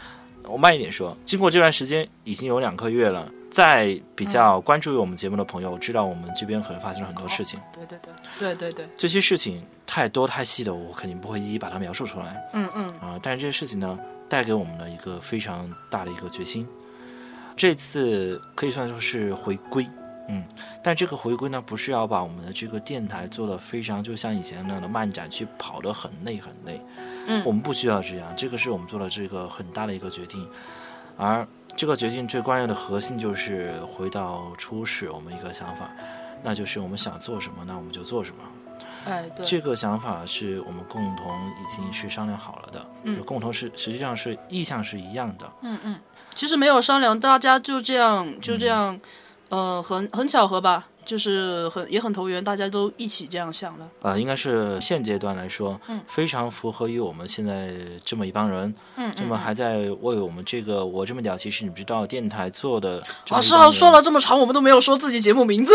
我慢一点说，经过这段时间已经有两个月了，在比嗯较关注于我们节目的朋友知道我们这边可能发生了很多事情，对对对对对对，这些事情太多太细的，我肯定不会一一把它描述出来嗯嗯啊、但是这些事情呢，带给我们了一个非常大的一个决心，这次可以算作是回归。嗯，但这个回归呢，不是要把我们的这个电台做的非常就像以前那样的漫展去跑得很累很累，嗯我们不需要这样，这个是我们做了这个很大的一个决定，而这个决定最关键的核心就是回到初始我们一个想法，那就是我们想做什么，那我们就做什么。哎对，这个想法是我们共同已经是商量好了的，嗯共同是实际上是意向是一样的，嗯嗯，其实没有商量，大家就这样就这样，呃，很很巧合吧，就是很也很投缘，大家都一起这样想了。呃，应该是现阶段来说，嗯非常符合于我们现在这么一帮人，嗯这么还在为我们这个我这么屌，其实你不知道电台做的这么老一师帮人好，啊哦说了这么长，我们都没有说自己节目名字。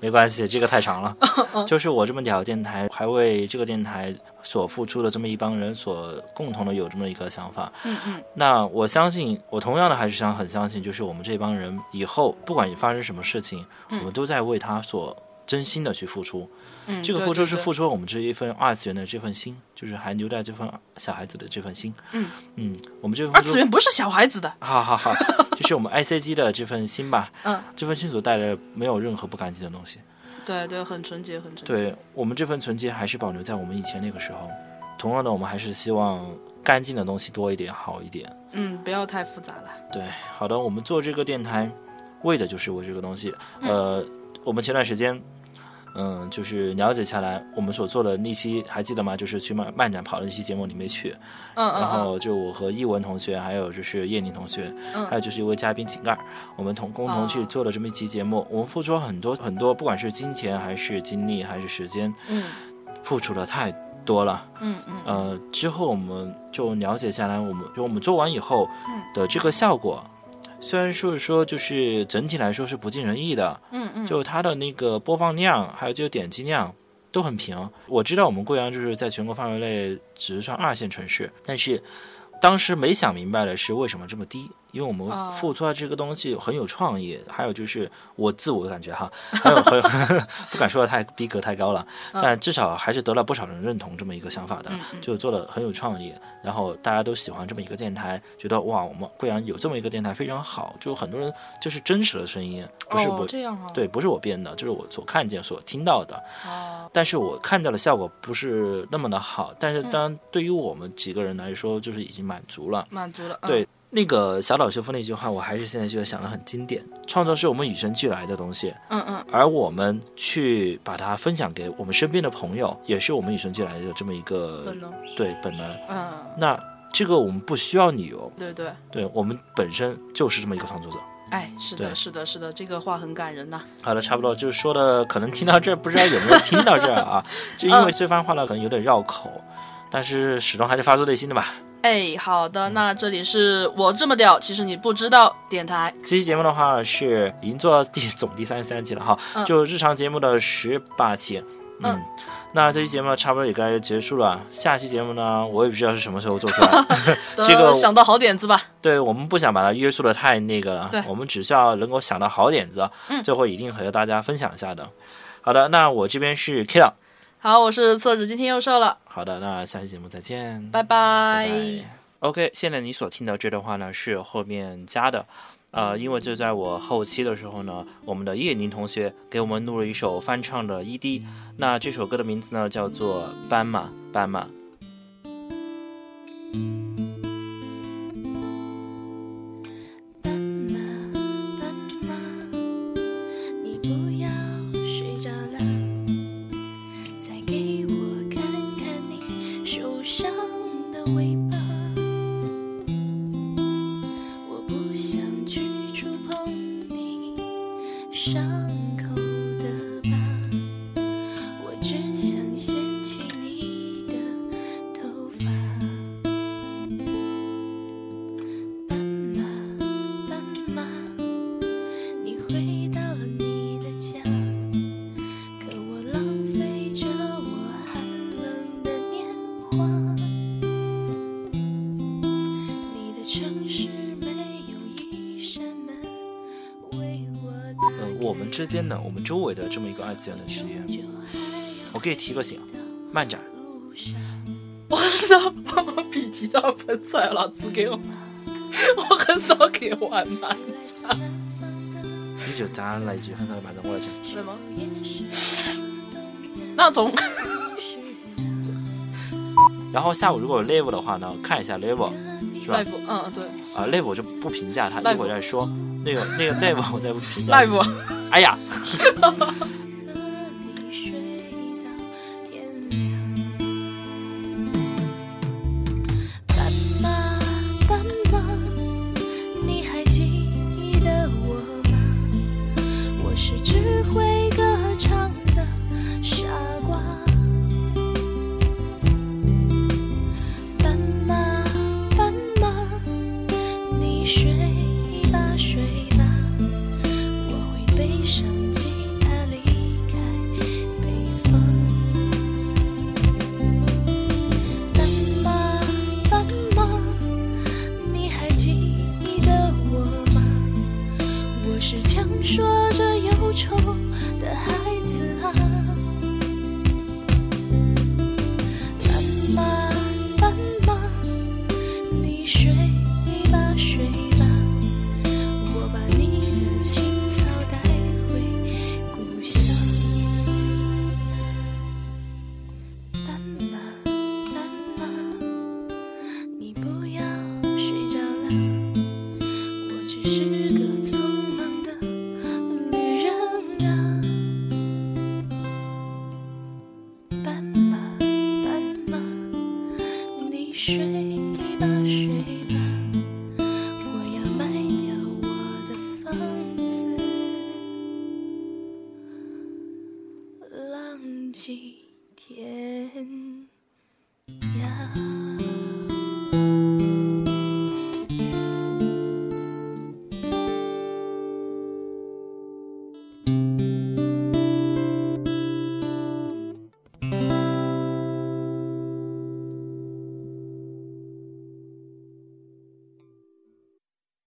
没关系，这个太长 了。哦就是我这么屌的电台，还为这个电台所付出的这么一帮人所共同的有这么一个想法。嗯嗯，那我相信，我同样的还是想很相信，就是我们这帮人以后不管发生什么事情，我们都在为他所真心的去付出。 嗯这个付出是付出，出我们这一份二次元的这份心，就是还留在这份小孩子的这份心。嗯嗯，我们这份二付出次元不是小孩子的。好好好， 就是我们 ICG 的这份心吧。嗯，这份心所带来的没有任何不干净的东西。对对，很纯洁，很纯洁。对我们这份纯洁还是保留在我们以前那个时候，同样的，我们还是希望干净的东西多一点，好一点。嗯，不要太复杂了。对，好的，我们做这个电台，为的就是为这个东西。嗯呃，我们前段时间，嗯，就是了解下来，我们所做的那期还记得吗？就是去漫漫展跑的那期节目里面去，嗯然嗯后就我和易文同学，还有就是叶宁同学，嗯还有就是一位嘉宾井盖儿，我们同共同去哦做了这么一期节目。我们付出了很多很多，不管是金钱还是精力还是时间，嗯付出了太多了。嗯嗯呃，之后我们就了解下来，我们就我们做完以后的这个效果，虽然说是说就是整体来说是不尽人意的，嗯嗯，就它的那个播放量还有就点击量都很平。我知道我们贵阳就是在全国范围内只算二线城市，但是当时没想明白的是为什么这么低，因为我们哦付出的这个东西很有创意，还有就是我自我感觉哈，还有很 不敢说的太逼格太高了，嗯但至少还是得了不少人认同这么一个想法的，就做的很有创意，然后大家都喜欢这么一个电台，觉得哇，我们贵阳有这么一个电台非常好，就很多人就是真实的声音，不是我、哦这样哈、，对，不是我编的，就是我所看见、所听到的。哦，但是我看到的效果不是那么的好，但嗯是当然对于我们几个人来说，就是已经满足了。满足了。嗯对，那个小岛秀夫那句话，我还是现在觉得想的很经典。创造是我们与生俱来的东西，嗯嗯而我们去把它分享给我们身边的朋友，也是我们与生俱来的这么一个本能对本能。嗯，那这个我们不需要理由，对对，对我们本身就是这么一个创作者。哎，是对的，是的，是的，这个话很感人呐、好了，差不多就是说的，可能听到这儿不知道有没有听到这儿 啊？就因为这番话呢，可能有点绕口，但是始终还是发自内心的吧。哎，好的，那这里是我这么屌，其实你不知道电台。这期节目的话是已经做到第总第三十三期了哈，嗯就日常节目的十八期。嗯，嗯那这期节目差不多也该结束了。下期节目呢，我也不知道是什么时候做出 来。得这个想到好点子吧。对我们不想把它约束的太那个了对，我们只需要能够想到好点子，嗯最后一定和大家分享一下的。好的，那我这边是 Kira。好，我是厕纸，今天又瘦了，好的，那下期节目再见。拜拜。 OK，现在你所听到这段话呢是后面加的，呃，因为就在我后期的时候呢，我们的叶宁同学给我们录了一首翻唱的 ED，那这首歌的名字呢叫做《斑马斑马》。斑马，斑马，你不要睡着了，再给我看看你受伤的尾巴。我不想去触碰你伤口的疤，我只想掀起你的头发。斑马，斑马，你回到了你的家，可我浪费着我寒冷的年华。你的城市没有一扇门为我呃打，我们之间呢，我们周围的这么一个二次元的实验，开，我可以提个醒，漫展路上我 想把我笔记上喷出来了，只给我， 我很少给玩嘛。来自南方的你就答来一句，很少把人过来讲。是吗？夜市，那从都是然后下午如果有 level 的话呢，看一下 level 是吧？ live，嗯，对啊、level 我就不评价它，一 Live 会儿再说。那个那个 level 我再不评价。 ，live，哎呀，和你睡到天亮。斑马，斑马，你还记得我吗？我是只会歌唱的傻瓜。斑马，斑马，你睡吧，睡吧。我会背上吉他离开北方。斑马，斑马，你还记得我吗？我是强说着忧愁的孩子啊。斑马，斑马，你睡吧，睡吧。我把你的青草带回故乡。斑马，斑马，是个匆忙的旅人啊，斑马，斑马，你睡吧，睡吧，我要卖掉我的房子，浪迹天